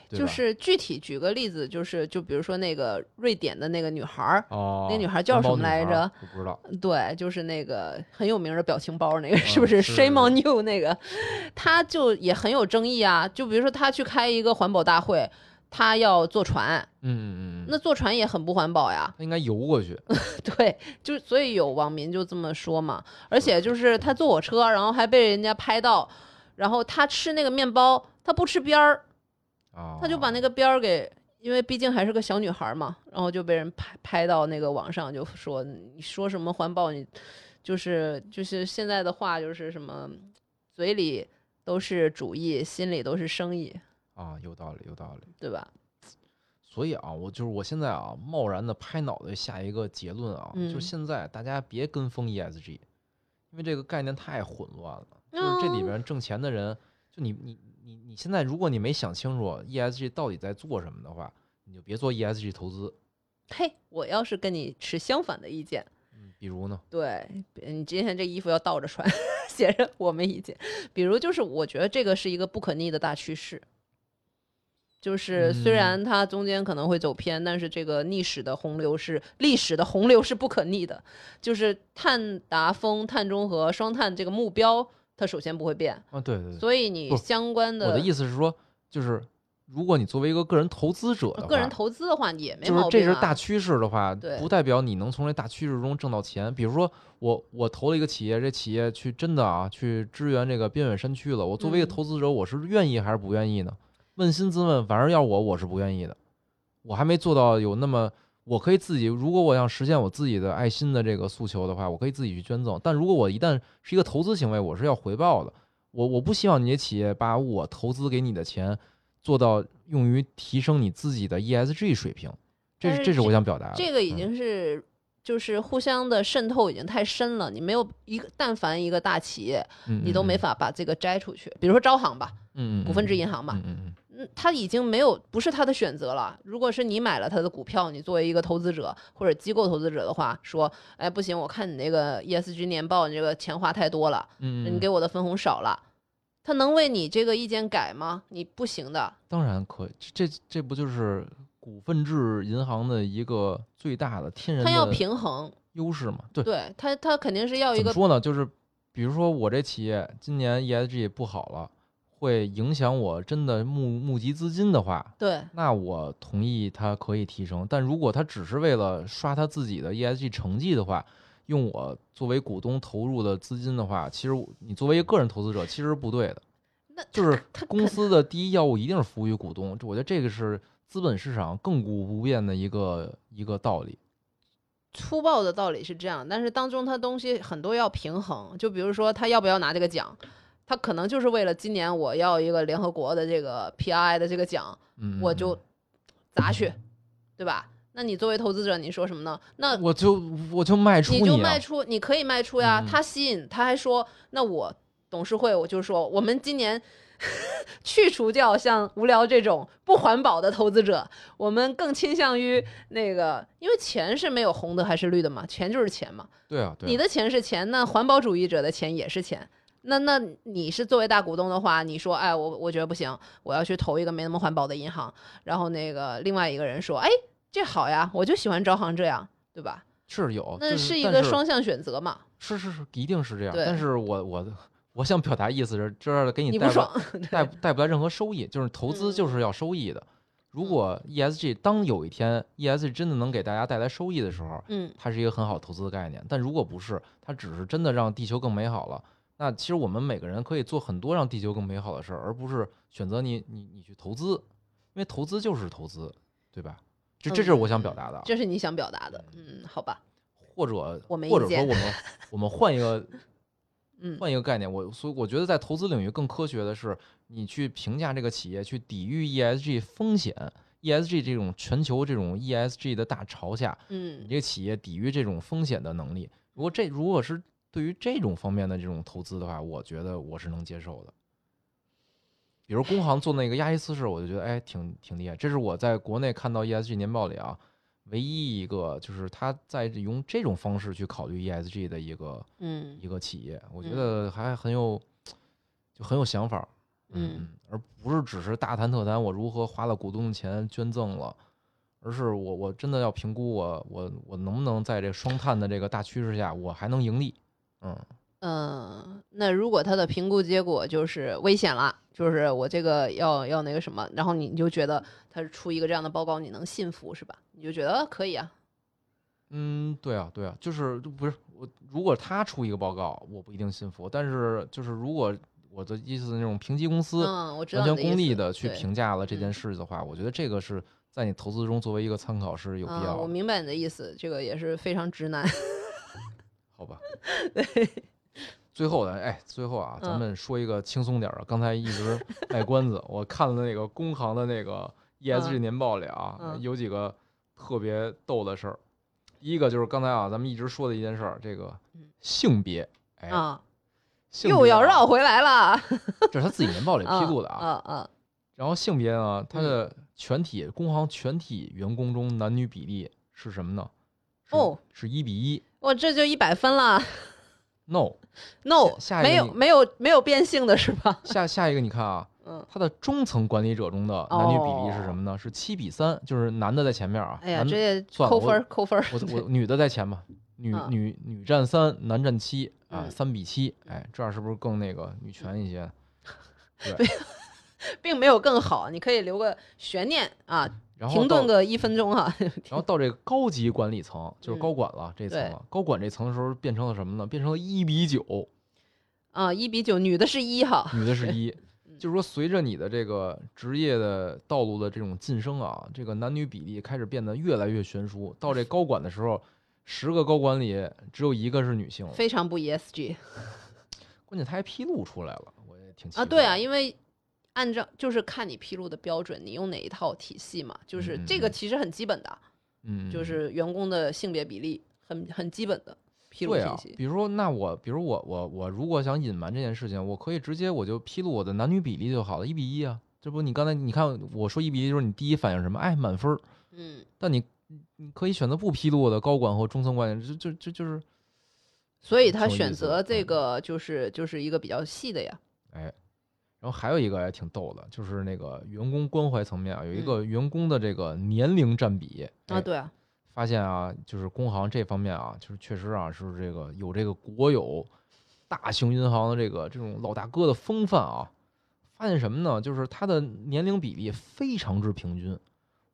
Speaker 1: 对
Speaker 2: 就
Speaker 1: 吧
Speaker 2: 是具体举个例子，就是就比如说那个瑞典的那个女孩儿，
Speaker 1: 哦，
Speaker 2: 那女孩叫
Speaker 1: 环
Speaker 2: 什
Speaker 1: 保
Speaker 2: 么
Speaker 1: 女
Speaker 2: 来
Speaker 1: 孩
Speaker 2: 着？
Speaker 1: 我不知道。
Speaker 2: 对，就是那个很有名的表情包那个，是
Speaker 1: 嗯
Speaker 2: 不啊是
Speaker 1: 是
Speaker 2: Shame on you 那个？他就也很有争议啊。就比如说他去开一个环保大会，他要坐船，
Speaker 1: 嗯嗯嗯，
Speaker 2: 那坐船也很不环保呀。
Speaker 1: 他应该游过去。
Speaker 2: 对，就所以有网民就这么说嘛。而且就是他坐火车，然后还被人家拍到，然后他吃那个面包，他不吃边儿，
Speaker 1: 啊，
Speaker 2: 他就把那个边儿给。因为毕竟还是个小女孩嘛，然后就被人拍拍到那个网上，就说你说什么环保，你就是就是现在的话就是什么，嘴里都是主义，心里都是生意，
Speaker 1: 啊，有道理，有道理。
Speaker 2: 对吧？
Speaker 1: 所以啊，我就是我现在啊，贸然的拍脑袋下一个结论啊，就
Speaker 2: 嗯
Speaker 1: 是现在大家别跟风 ESG，因为这个概念太混乱了。就是这里
Speaker 2: 嗯
Speaker 1: 边挣钱的人，就你你你你现在，如果你没想清楚 ESG 到底在做什么的话，你就别做 ESG 投资。
Speaker 2: 嘿，我要是跟你持相反的意见，
Speaker 1: 嗯，比如呢？
Speaker 2: 对你今天这衣服要倒着穿， 写着我没意见。比如就是，我觉得这个是一个不可逆的大趋势，就是
Speaker 1: 嗯
Speaker 2: 虽然它中间可能会走偏，但是这个历史的洪流是历史的洪流是不可逆的，就是碳达峰、碳中和、双碳这个目标，它首先不会变，
Speaker 1: 啊，对对对，
Speaker 2: 所以你
Speaker 1: 不
Speaker 2: 相关
Speaker 1: 我
Speaker 2: 的
Speaker 1: 的意思是说，就是如果你作为一个个人投资者的话，
Speaker 2: 个人投资的话也没
Speaker 1: 就
Speaker 2: 毛
Speaker 1: 是这
Speaker 2: 病
Speaker 1: 是
Speaker 2: 啊
Speaker 1: 大趋势的话，
Speaker 2: 对
Speaker 1: 不代表你能从这大趋势中挣到钱。比如说我我投了一个企业，这企业去真的啊去支援这个边远山区了，我作为一个
Speaker 2: 嗯
Speaker 1: 投资者，我是愿意还是不愿意呢？扪心自问，反正要我，我是不愿意的。我还没做到有那么，我可以自己，如果我想实现我自己的爱心的这个诉求的话，我可以自己去捐赠。但如果我一旦是一个投资行为，我是要回报的。我我不希望你的企业把我投资给你的钱做到用于提升你自己的 ESG 水平，这
Speaker 2: 但
Speaker 1: 是
Speaker 2: 是
Speaker 1: 这是我想表达的。
Speaker 2: 这个已
Speaker 1: 嗯
Speaker 2: 经是就是互相的渗透已经太深了，你没有一个但凡一个大企业，你都没法把这个摘出去。比如说招行吧，
Speaker 1: 嗯嗯嗯嗯
Speaker 2: 股份制银行吧
Speaker 1: 嗯，嗯嗯
Speaker 2: 嗯，他已经没有不是他的选择了。如果是你买了他的股票，你作为一个投资者或者机构投资者的话，说，哎，不行，我看你那个 ESG 年报，你这个钱花太多了，
Speaker 1: 嗯嗯，
Speaker 2: 你给
Speaker 1: 我
Speaker 2: 我的分红少了，他能为你这个意见改吗？你不行的。
Speaker 1: 当然可以，这这这不就是股份制银行的一个最大的天然
Speaker 2: 他要
Speaker 1: 的
Speaker 2: 平衡，
Speaker 1: 优势嘛。对，
Speaker 2: 对他，他肯定是要一
Speaker 1: 怎么
Speaker 2: 个
Speaker 1: 说呢？就是比如说我这企业今年 ESG 不好了，会影响我真的募募集资金的话，
Speaker 2: 对
Speaker 1: 那我同意它可以提升。但如果它只是为了刷它自己的 ESG 成绩的话，用我作为股东投入的资金的话，其实我你作为一个个人投资者，其实是不对的。
Speaker 2: 那
Speaker 1: 就是
Speaker 2: 他
Speaker 1: 公
Speaker 2: 肯
Speaker 1: 司的第一要务一定是服务于股东，这我觉得这个是资本市场亘古不变的一个一个道理。
Speaker 2: 粗暴的道理是这样，但是当中它东西很多要平衡，就比如说他要不要拿这个奖，他可能就是为了今年我要一个联合国的这个 PRI 的这个奖，
Speaker 1: 嗯，
Speaker 2: 我就砸去，对吧？那你作为投资者，你说什么呢？那
Speaker 1: 嗯我就我就卖出
Speaker 2: 你就
Speaker 1: 啊
Speaker 2: 卖出，你可以卖出呀。
Speaker 1: 嗯
Speaker 2: 他吸引，他还说，那我董事会我就说，我们今年 去除掉像无聊这种不环保的投资者，我们更倾向于那个，因为钱是没有红的还是绿的嘛，钱就是钱嘛。
Speaker 1: 对啊，对啊
Speaker 2: 你的钱是钱，那环保主义者的钱也是钱。那那你是作为大股东的话，你说，哎，我我觉得不行，我要去投一个没那么环保的银行。然后那个另外一个人说，哎，这好呀，我就喜欢招行这样，对吧？
Speaker 1: 是有，
Speaker 2: 那
Speaker 1: 就是是
Speaker 2: 一
Speaker 1: 但
Speaker 2: 个
Speaker 1: 是
Speaker 2: 双向选择嘛。
Speaker 1: 是是是，一定是这样。
Speaker 2: 对
Speaker 1: 但是我我我想表达意思是，这样的给
Speaker 2: 你
Speaker 1: 你
Speaker 2: 不
Speaker 1: 带不
Speaker 2: 爽，
Speaker 1: 带不带不来任何收益，就是投资就是要收益的。如果 ESG 当有一天 ESG 真的能给大家带来收益的时候，
Speaker 2: 嗯，
Speaker 1: 它是一个很好投资的概念。但如果不是，它只是真的让地球更美好了，那其实我们每个人可以做很多让地球更美好的事儿，而不是选择你你你去投资，因为投资就是投资，对吧？这这就是我想表达的啊。
Speaker 2: 这是你想表达的，嗯，好吧，
Speaker 1: 或者
Speaker 2: 我没意
Speaker 1: 或者说
Speaker 2: 见
Speaker 1: 我 们我们换一个
Speaker 2: 嗯
Speaker 1: 换一个概念，我所以我觉得在投资领域更科学的是，你去评价这个企业，去抵御 ESG 风险。ESG 这种全球这种 ESG 的大潮下，你
Speaker 2: 嗯
Speaker 1: 这个企业抵御这种风险的能力，如果这如果是对于这种方面的这种投资的话，我觉得我是能接受的。比如工行做那个压力测试，我就觉得哎，挺挺厉害。这是我在国内看到 ESG 年报里啊，唯一一个就是他在用这种方式去考虑 ESG 的一个
Speaker 2: 嗯
Speaker 1: 一个企业，我觉
Speaker 2: 嗯
Speaker 1: 得还很有就很有想法儿，
Speaker 2: 嗯，
Speaker 1: 而不是只是大谈特谈我如何花了股东的钱捐赠了，而是我我真的要评估我我我能不能在这双碳的这个大趋势下，我还能盈利，嗯，
Speaker 2: 嗯，那如果他的评估结果就是危险了，就是我这个要要那个什么，然后你就觉得他是出一个这样的报告，你能信服是吧？你就觉得啊可以啊，
Speaker 1: 嗯，对啊，对啊，就是就不是我，如果他出一个报告，我不一定信服。但是就是如果我的意思是那种评级公司
Speaker 2: 嗯，我知
Speaker 1: 完
Speaker 2: 道你
Speaker 1: 全
Speaker 2: 的意
Speaker 1: 功利
Speaker 2: 思
Speaker 1: 的去
Speaker 2: 对
Speaker 1: 评价了这
Speaker 2: 嗯
Speaker 1: 件事的话，我觉得这个是在你投资中作为一个参考是有必
Speaker 2: 啊，
Speaker 1: 要
Speaker 2: 我
Speaker 1: 的，
Speaker 2: 明白你的意思，这个也是非常直男，
Speaker 1: 好 吧？最后的哎，最后啊，咱
Speaker 2: 嗯
Speaker 1: 们说一个轻松点儿的。刚才一直卖关子，我看了那个工行的那个 ESG
Speaker 2: 嗯
Speaker 1: 年报里啊，
Speaker 2: 嗯
Speaker 1: 有几个特别逗的事儿。第一个就是刚才啊，咱们一直说的一件事儿，这个
Speaker 2: 嗯
Speaker 1: 性别，哎，
Speaker 2: 啊，
Speaker 1: 性
Speaker 2: 又
Speaker 1: 别
Speaker 2: 要
Speaker 1: 啊
Speaker 2: 绕，回来了，
Speaker 1: 这是他自己年报里披露的 啊。
Speaker 2: 啊啊，
Speaker 1: 然后性别呢，它
Speaker 2: 嗯
Speaker 1: 的全体工行全体员工中男女比例是什么呢？是
Speaker 2: 哦，
Speaker 1: 是一比一。
Speaker 2: 我这就一百分了
Speaker 1: No，
Speaker 2: ，no，
Speaker 1: 下一个
Speaker 2: 没有
Speaker 1: 你
Speaker 2: 没有没有变性的是吧？
Speaker 1: 下下一个你看啊，
Speaker 2: 嗯，
Speaker 1: 它的中层管理者中的
Speaker 2: 哦
Speaker 1: 男女比例是什么呢？是七比三，就是男的在前面啊，
Speaker 2: 哎呀，
Speaker 1: 男
Speaker 2: 这也
Speaker 1: 算了
Speaker 2: 扣
Speaker 1: 我
Speaker 2: 分儿扣分儿，
Speaker 1: 我
Speaker 2: 对
Speaker 1: 我女的在前嘛，女
Speaker 2: 嗯
Speaker 1: 女女占三，男占七啊，
Speaker 2: 嗯
Speaker 1: 三比七，哎，这样是不是更那个女权一些？
Speaker 2: 并没有更好，你可以留个悬念啊，
Speaker 1: 然后
Speaker 2: 停
Speaker 1: 到
Speaker 2: 顿个一分钟啊。
Speaker 1: 然后到这个高级管理层，就是
Speaker 2: 嗯
Speaker 1: 高管了这层
Speaker 2: 对
Speaker 1: 了，高管这层的时候变成了什么呢？变成了一比九，
Speaker 2: 啊，一比九，女的是一哈，
Speaker 1: 女的是一
Speaker 2: 嗯，
Speaker 1: 就是说随着你的这个职业的道路的这种晋升啊，这个男女比例开始变得越来越悬殊。到这高管的时候，十个高管里只有一个是女性，
Speaker 2: 非常不 E ESG
Speaker 1: 关键他还披露出来了，我也挺奇
Speaker 2: 啊。
Speaker 1: 怪
Speaker 2: 对啊，
Speaker 1: 的
Speaker 2: 因为按照就是看你披露的标准，你用哪一套体系嘛，就是
Speaker 1: 嗯嗯
Speaker 2: 这个
Speaker 1: 嗯
Speaker 2: 其实很基本的，啊
Speaker 1: 嗯，
Speaker 2: 就是员工的性别比例很很基本的披露
Speaker 1: 对
Speaker 2: 信
Speaker 1: 啊
Speaker 2: 息。。
Speaker 1: 比如说，那我比如我我我如果想隐瞒这件事情，我可以直接我就披露我的男女比例就好了，一比一啊。这不你刚才你看我说一比一，就是你第一反应是什么？哎，满分儿。
Speaker 2: 嗯，
Speaker 1: 但你你可以选择不披露我的高管和中层管理，这这这就是
Speaker 2: 所以他
Speaker 1: 挺有意
Speaker 2: 选
Speaker 1: 思的
Speaker 2: 择这
Speaker 1: 嗯
Speaker 2: 个就是就是一个比较细的呀。
Speaker 1: 哎，然后还有一个也挺逗的，就是那个员工关怀层面啊，有一
Speaker 2: 嗯
Speaker 1: 个员工的这个年龄占比
Speaker 2: 啊，
Speaker 1: 哎
Speaker 2: 对啊，
Speaker 1: 发现啊，就是工行这方面啊，就是确实啊，是这个有这个国有大型银行的这个这种老大哥的风范啊。发现什么呢？就是它的年龄比例非常之平均，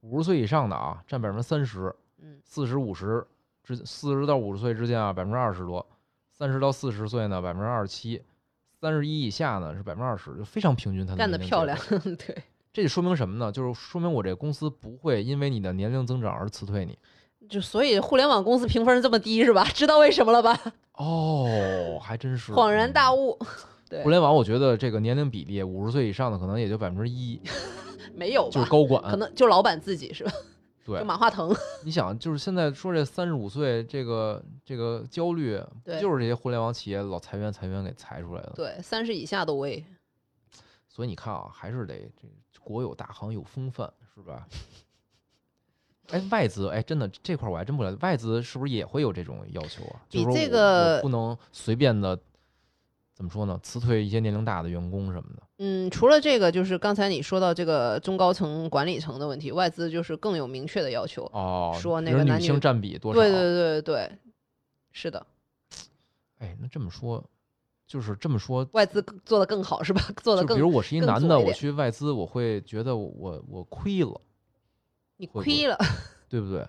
Speaker 1: 五十岁以上的啊占百分之三十，
Speaker 2: 嗯
Speaker 1: 四十五十之四十到五十岁之间啊百分之二十多，三十到四十岁呢百分之二十七，三十一以下呢是百分之二十，就非常平均它的。
Speaker 2: 干得漂亮，， 对，
Speaker 1: 这就说明什么呢？就是说明我这公司不会因为你的年龄增长而辞退你。
Speaker 2: 就所以互联网公司评分这么低是吧？知道为什么了吧？
Speaker 1: 哦，还真是嗯
Speaker 2: 恍然大
Speaker 1: 悟。
Speaker 2: 悟，对
Speaker 1: 互联网，我觉得这个年龄比例，五十岁以上的可能也就百分之一，
Speaker 2: 没有
Speaker 1: 就
Speaker 2: 吧
Speaker 1: 是？高管。
Speaker 2: 可能就老板自己是吧？
Speaker 1: 对
Speaker 2: 就马化腾，
Speaker 1: 你想，就是现在说这三十五岁这个这个焦虑，不
Speaker 2: 对
Speaker 1: 就是这些互联网企业老裁员裁员给裁出来的。
Speaker 2: 对，三十以下的我也
Speaker 1: 所以你看啊，还是得这国有大行有风范，是吧？ 哎，外资哎，真的这块儿我还真不了解，外资是不是也会有这种要求啊？就
Speaker 2: 比
Speaker 1: 是说
Speaker 2: 这
Speaker 1: 我
Speaker 2: 个
Speaker 1: 我不能随便的，怎么说呢？辞退一些年龄大的员工什么的。
Speaker 2: 嗯，除了这个，就是刚才你说到这个中高层管理层的问题，外资就是更有明确的要求。
Speaker 1: 哦，
Speaker 2: 说那
Speaker 1: 比如
Speaker 2: 个男
Speaker 1: 女
Speaker 2: 女
Speaker 1: 性占比多
Speaker 2: 对
Speaker 1: 少？
Speaker 2: 对对对对，是的，
Speaker 1: 哎，那这么说，就是这么说，
Speaker 2: 外资更做的更好是吧？ 做的
Speaker 1: 就比
Speaker 2: 更
Speaker 1: 如我是一
Speaker 2: 更
Speaker 1: 男
Speaker 2: 左
Speaker 1: 的，
Speaker 2: 一
Speaker 1: 我
Speaker 2: 点
Speaker 1: 去外资，我会觉得我我我亏了，
Speaker 2: 你
Speaker 1: 会不
Speaker 2: 亏了，
Speaker 1: 对不对？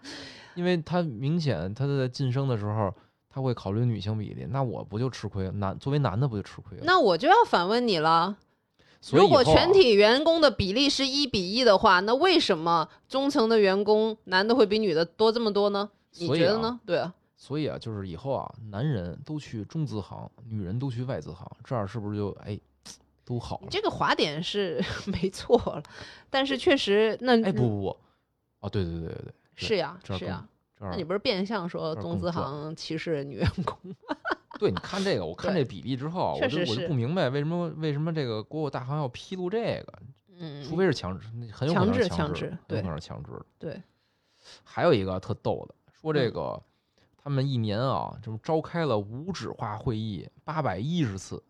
Speaker 1: 因为他明显他在晋升的时候，他会考虑女性比例，那我不就吃亏了？男作为男的不就吃亏了？
Speaker 2: 那我就要反问你了。
Speaker 1: 所以
Speaker 2: 如
Speaker 1: 以
Speaker 2: 果
Speaker 1: 后
Speaker 2: 全
Speaker 1: 啊
Speaker 2: 体员工的比例是一比一的话，那为什么中层的员工男的会比女的多这么多呢？你
Speaker 1: 所以
Speaker 2: 觉得
Speaker 1: 啊
Speaker 2: 呢？对啊，
Speaker 1: 所以啊，就是以后啊，男人都去中资行，女人都去外资行，这样是不是就哎都好
Speaker 2: 你
Speaker 1: 了？
Speaker 2: 这个滑点是 没错了，但是确实那
Speaker 1: 哎，不不不，哦，对对对对对，
Speaker 2: 是呀
Speaker 1: 这样
Speaker 2: 嗯是
Speaker 1: 更
Speaker 2: 呀，
Speaker 1: 这样
Speaker 2: 那你不是变相说
Speaker 1: 这儿
Speaker 2: 中
Speaker 1: 更
Speaker 2: 资
Speaker 1: 赚
Speaker 2: 行歧视女员 工？
Speaker 1: 对，你看这个，我看
Speaker 2: 对
Speaker 1: 这比例之后啊，我
Speaker 2: 确
Speaker 1: 就
Speaker 2: 实
Speaker 1: 我就是不明白为什么为什么这个国有大行要披露这个，
Speaker 2: 嗯，
Speaker 1: 除非是强制，那很有可
Speaker 2: 强
Speaker 1: 能是
Speaker 2: 制
Speaker 1: 强
Speaker 2: 强
Speaker 1: 制
Speaker 2: 制
Speaker 1: 的，很有
Speaker 2: 对
Speaker 1: 可能是强制的。
Speaker 2: 对，
Speaker 1: 还有一个特逗的，说这
Speaker 2: 嗯
Speaker 1: 个他们一年啊，就是召开了无纸化会议八百一十次，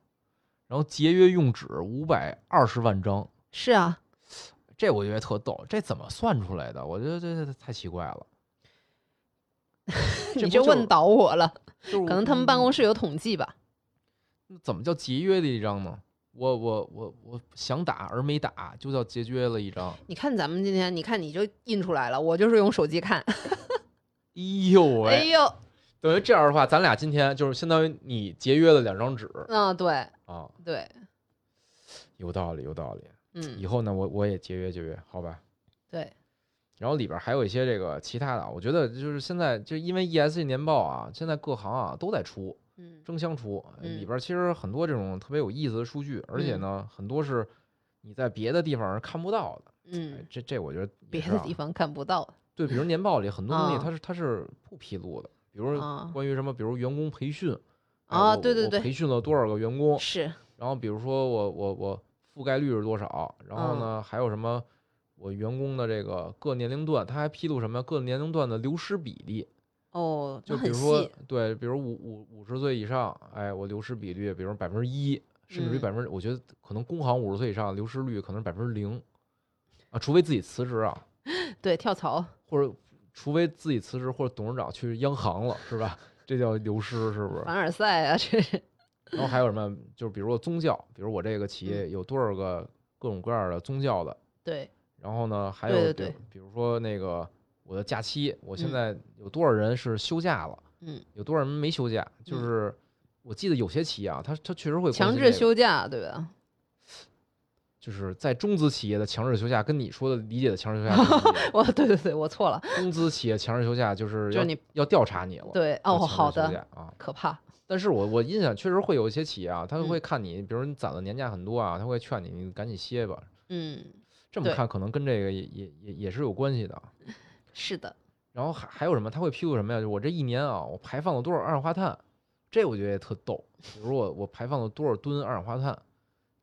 Speaker 1: 然后节约用纸五百二十万张，
Speaker 2: 是啊，
Speaker 1: 这我觉得特逗，这怎么算出来的？我觉得这这太奇怪 了。这
Speaker 2: 你
Speaker 1: 不
Speaker 2: 这
Speaker 1: 就
Speaker 2: 问
Speaker 1: 是
Speaker 2: 倒我了，
Speaker 1: 就是
Speaker 2: 可能他们办公
Speaker 1: 室
Speaker 2: 室有统计吧。
Speaker 1: 怎么叫节约的一张呢？我我我我想打而没打，就叫节约了一张。
Speaker 2: 你看咱们今天，你看你就印出来了，我就是用手机看。
Speaker 1: 哎呦喂！
Speaker 2: 哎呦，
Speaker 1: 等于这样的话，咱俩今天就是相当于你节约了两张纸
Speaker 2: 嗯，对
Speaker 1: 啊，
Speaker 2: 对，
Speaker 1: 有道理，有道理。以
Speaker 2: 嗯，
Speaker 1: 后呢，我我也节约节约，好吧？
Speaker 2: 对，
Speaker 1: 然后里边还有一些这个其他的啊，我觉得就是现在就因为 ESG 年报啊，现在各行啊都在出，
Speaker 2: 嗯
Speaker 1: 争相出，呃
Speaker 2: 嗯
Speaker 1: 里边其实很多这种特别有意思的数据，而且
Speaker 2: 嗯
Speaker 1: 呢，很多是你在别的地方是看不到的。哎
Speaker 2: 嗯，
Speaker 1: 这这我觉得也
Speaker 2: 别
Speaker 1: 是
Speaker 2: 的
Speaker 1: 啊
Speaker 2: 地方看不到
Speaker 1: 对，比如年报里很多东西
Speaker 2: 啊
Speaker 1: 它是它是不披露的，比如
Speaker 2: 啊
Speaker 1: 关于什么，比如员工培训哎
Speaker 2: 啊
Speaker 1: 我
Speaker 2: 对对
Speaker 1: 我
Speaker 2: 对
Speaker 1: 培训了多少个员工，
Speaker 2: 是，
Speaker 1: 然后比如说我我我覆盖率是多少，然后
Speaker 2: 嗯
Speaker 1: 呢还有什么我员工的这个各年龄段，他还披露什么各年龄段的流失比例，
Speaker 2: 哦，
Speaker 1: 就
Speaker 2: 那
Speaker 1: 比
Speaker 2: 很
Speaker 1: 如说
Speaker 2: 细，
Speaker 1: 对，比如五五五十岁以上，哎，我流失比率，比如百分之一，甚至于
Speaker 2: 嗯
Speaker 1: 百分之，我觉得可能工行五十岁以上流失率可能是百分之零啊，除非自己辞职啊，
Speaker 2: 对，跳槽，
Speaker 1: 或者除非自己辞职或者董事长去央行了，是吧？这叫流失，是不是？
Speaker 2: 凡尔赛啊，这是，
Speaker 1: 然后还有什么？就是比如说宗教，比如我这个企业
Speaker 2: 嗯
Speaker 1: 有多少个各种各样的宗教的，
Speaker 2: 对，
Speaker 1: 然后呢，还有
Speaker 2: 对
Speaker 1: 比如
Speaker 2: 对对
Speaker 1: 比如说那个我的假期，我现
Speaker 2: 嗯
Speaker 1: 在有多少人是休假了，
Speaker 2: 嗯，
Speaker 1: 有多少人没休假？就
Speaker 2: 嗯
Speaker 1: 是我记得有些企业啊，它它确实会关
Speaker 2: 强
Speaker 1: 心
Speaker 2: 制
Speaker 1: 这个，
Speaker 2: 休假，对吧？
Speaker 1: 就是在中资企业的强制休假，跟你说的理解的强制休假不 一样
Speaker 2: 我，对对对，我错了，
Speaker 1: 中资企业强制休假就是
Speaker 2: 就
Speaker 1: 要
Speaker 2: 是你
Speaker 1: 要调查你了，
Speaker 2: 对，
Speaker 1: 要强
Speaker 2: 哦，
Speaker 1: 制
Speaker 2: 好
Speaker 1: 休
Speaker 2: 的，
Speaker 1: 假啊。
Speaker 2: 可怕，
Speaker 1: 但是我我印象确实会有一些企业啊，他
Speaker 2: 嗯
Speaker 1: 会看你，比如你攒了年假很多啊，他会劝你你赶紧歇吧，
Speaker 2: 嗯，
Speaker 1: 这么
Speaker 2: 对
Speaker 1: 看，可能跟这个也也也也是有关系的。
Speaker 2: 是的，
Speaker 1: 然后还还有什么？他会披露什么呀？就我这一年啊，我排放了多少二氧化碳？这我觉得也特逗。比如我我排放了多少吨二氧化碳，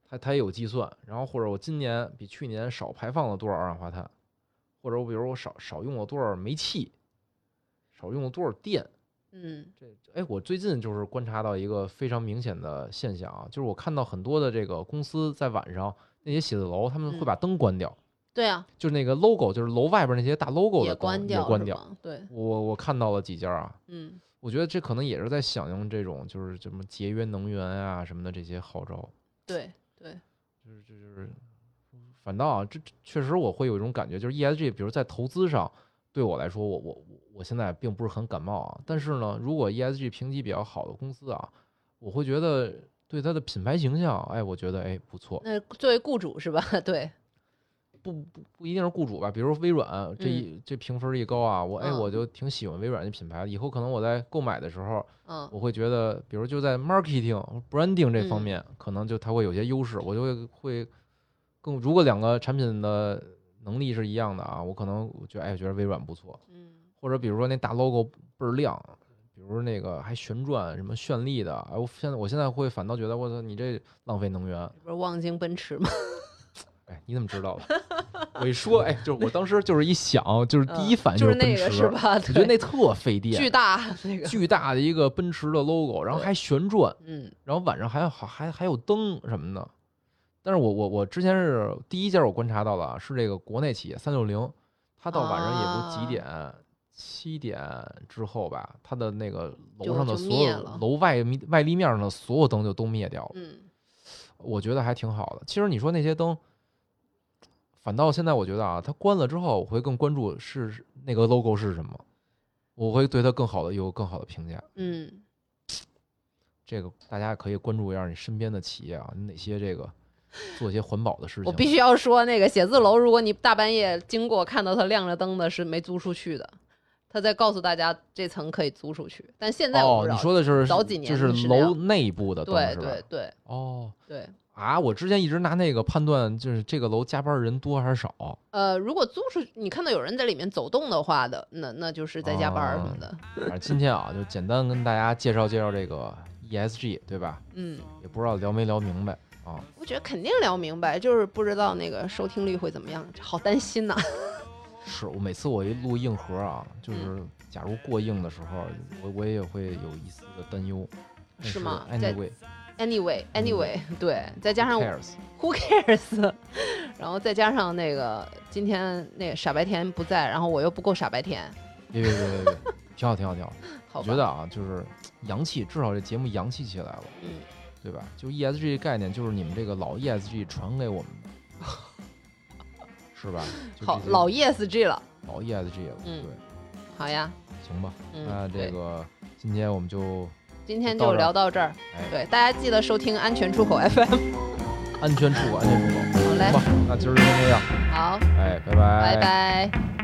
Speaker 1: 它它也有计算。然后或者我今年比去年少排放了多少二氧化碳，或者我比如我少少用了多少煤气，少用了多少电。
Speaker 2: 嗯
Speaker 1: 这哎，我最近就是观察到一个非常明显的现象啊，就是我看到很多的这个公司在晚上那些写字楼，他们会
Speaker 2: 嗯
Speaker 1: 把灯关掉，
Speaker 2: 对啊，
Speaker 1: 就是那个 logo，就是楼外边那些大 logo
Speaker 2: 也
Speaker 1: 的
Speaker 2: 关
Speaker 1: 掉，
Speaker 2: 掉，
Speaker 1: 也关掉。。
Speaker 2: 对，
Speaker 1: 我我看到了几家啊，
Speaker 2: 嗯，
Speaker 1: 我觉得这可能也是在响应这种就是什么节约能源啊什么的这些号召，
Speaker 2: 对对，
Speaker 1: 就是这就是，反倒啊，这这确实我会有一种感觉，就是 ESG，比如在投资上，对我来说，我我我我现在并不是很感冒啊。但是呢，如果 ESG 评级比较好的公司啊，我会觉得对它的品牌形象，哎，我觉得哎不错，
Speaker 2: 那作为雇主是吧？ 对，
Speaker 1: 不不不一定是雇主吧，比如微软这一、这评分一高啊，我哎
Speaker 2: 嗯
Speaker 1: 我就挺喜欢微软这品牌的，以后可能我在购买的时候，
Speaker 2: 嗯
Speaker 1: 我会觉得，比如就在 marketing、branding 这方
Speaker 2: 嗯
Speaker 1: 面，可能就它会有些优势，我就会会更。如果两个产品的能力是一样的啊，我可能我觉得哎，觉得微软不错，
Speaker 2: 嗯
Speaker 1: 或者比如说那大 logo 倍儿亮，比如那个还旋转什么绚丽的，哎，我现在我现在会反倒觉得我操，你这浪费能源，
Speaker 2: 这不是望京奔驰吗？
Speaker 1: 哎，你怎么知道的？ 我一说，哎，就是我当时就是一想，就是 第一反应
Speaker 2: 嗯就是
Speaker 1: 奔
Speaker 2: 那
Speaker 1: 驰，
Speaker 2: 个是吧？我
Speaker 1: 我觉得那特费电，
Speaker 2: 巨大 那个，
Speaker 1: 巨大的一个奔驰的 logo，然后
Speaker 2: 对
Speaker 1: 还旋转。
Speaker 2: 嗯
Speaker 1: 然后晚上还好还还有灯什么的。但是我我我之前是第一家我观察到了是这个国内企业三六零，它到晚上也就
Speaker 2: 啊
Speaker 1: 几点、七点之后吧，它的那个楼
Speaker 2: 就
Speaker 1: 上的
Speaker 2: 就
Speaker 1: 所
Speaker 2: 灭
Speaker 1: 有
Speaker 2: 了
Speaker 1: 楼外面外立面上的所有灯就都灭掉了，
Speaker 2: 嗯，
Speaker 1: 我觉得还挺好的。其实你说那些灯。反倒现在我觉得啊，它关了之后，我会更关注是那个 logo 是什么，我会对它更好的有更好的评价。
Speaker 2: 嗯，
Speaker 1: 这个大家可以关注一下你身边的企业啊，哪些这个做一些环保的事情。
Speaker 2: 我必须要说，那个写字楼，如果你大半夜经过看到它亮着灯的，是没租出去的。他在告诉大家这层可以租出去，但现在我
Speaker 1: 哦
Speaker 2: 不知，道。
Speaker 1: 你说的就是
Speaker 2: 早几年
Speaker 1: 就是是
Speaker 2: 那
Speaker 1: 楼
Speaker 2: 样
Speaker 1: 内部的灯
Speaker 2: 对
Speaker 1: 是吧？
Speaker 2: 对对
Speaker 1: 哦
Speaker 2: 对，
Speaker 1: 啊，我之前一直拿那个判断，就是这个楼加班人多还是少。
Speaker 2: 呃，如果租出去，你看到有人在里面走动的话的，那那就是在加班儿什
Speaker 1: 哦
Speaker 2: 么的。
Speaker 1: 反正今天啊，就简单跟大家介绍介绍这个 ESG，对吧？
Speaker 2: 嗯，
Speaker 1: 也不知道聊没聊明白啊。
Speaker 2: 我觉得肯定聊明白，就是不知道那个收听率会怎么样，好担心呐、
Speaker 1: 是我每次我一录硬核啊，就是
Speaker 2: 嗯
Speaker 1: 假如过硬的时候，我我也会有一丝的担忧。但
Speaker 2: 是吗在
Speaker 1: ？Anyway，
Speaker 2: Anyway anyway，对， 再加上
Speaker 1: 嗯 who cares
Speaker 2: Who cares？然 后再加上那个今天那个傻白甜不在，然后我又不够傻白甜，
Speaker 1: 别别别别别，挺好挺好挺好。
Speaker 2: 好
Speaker 1: 我
Speaker 2: 吧
Speaker 1: 觉？得啊，就是洋气，至少这节目洋气起来了，
Speaker 2: 嗯，
Speaker 1: 对吧？就 ESG 概念，就是你们这个老 ESG 传给我们的，是 吧？就
Speaker 2: 好
Speaker 1: 这，些
Speaker 2: 老 ESG 了，
Speaker 1: 老 ESG 了，
Speaker 2: 嗯
Speaker 1: 对，
Speaker 2: 好呀，
Speaker 1: 行吧。
Speaker 2: 嗯，
Speaker 1: 那啊这
Speaker 2: 对
Speaker 1: 个今天我们就
Speaker 2: 今天
Speaker 1: 就到这儿
Speaker 2: 就聊到这儿，
Speaker 1: 哎，
Speaker 2: 对，大家记得收听安全出口 FM，
Speaker 1: 安全出口，安全出口，
Speaker 2: 好嘞
Speaker 1: 行，吧？那今儿就这样，
Speaker 2: 好，
Speaker 1: 哎，
Speaker 2: 拜拜。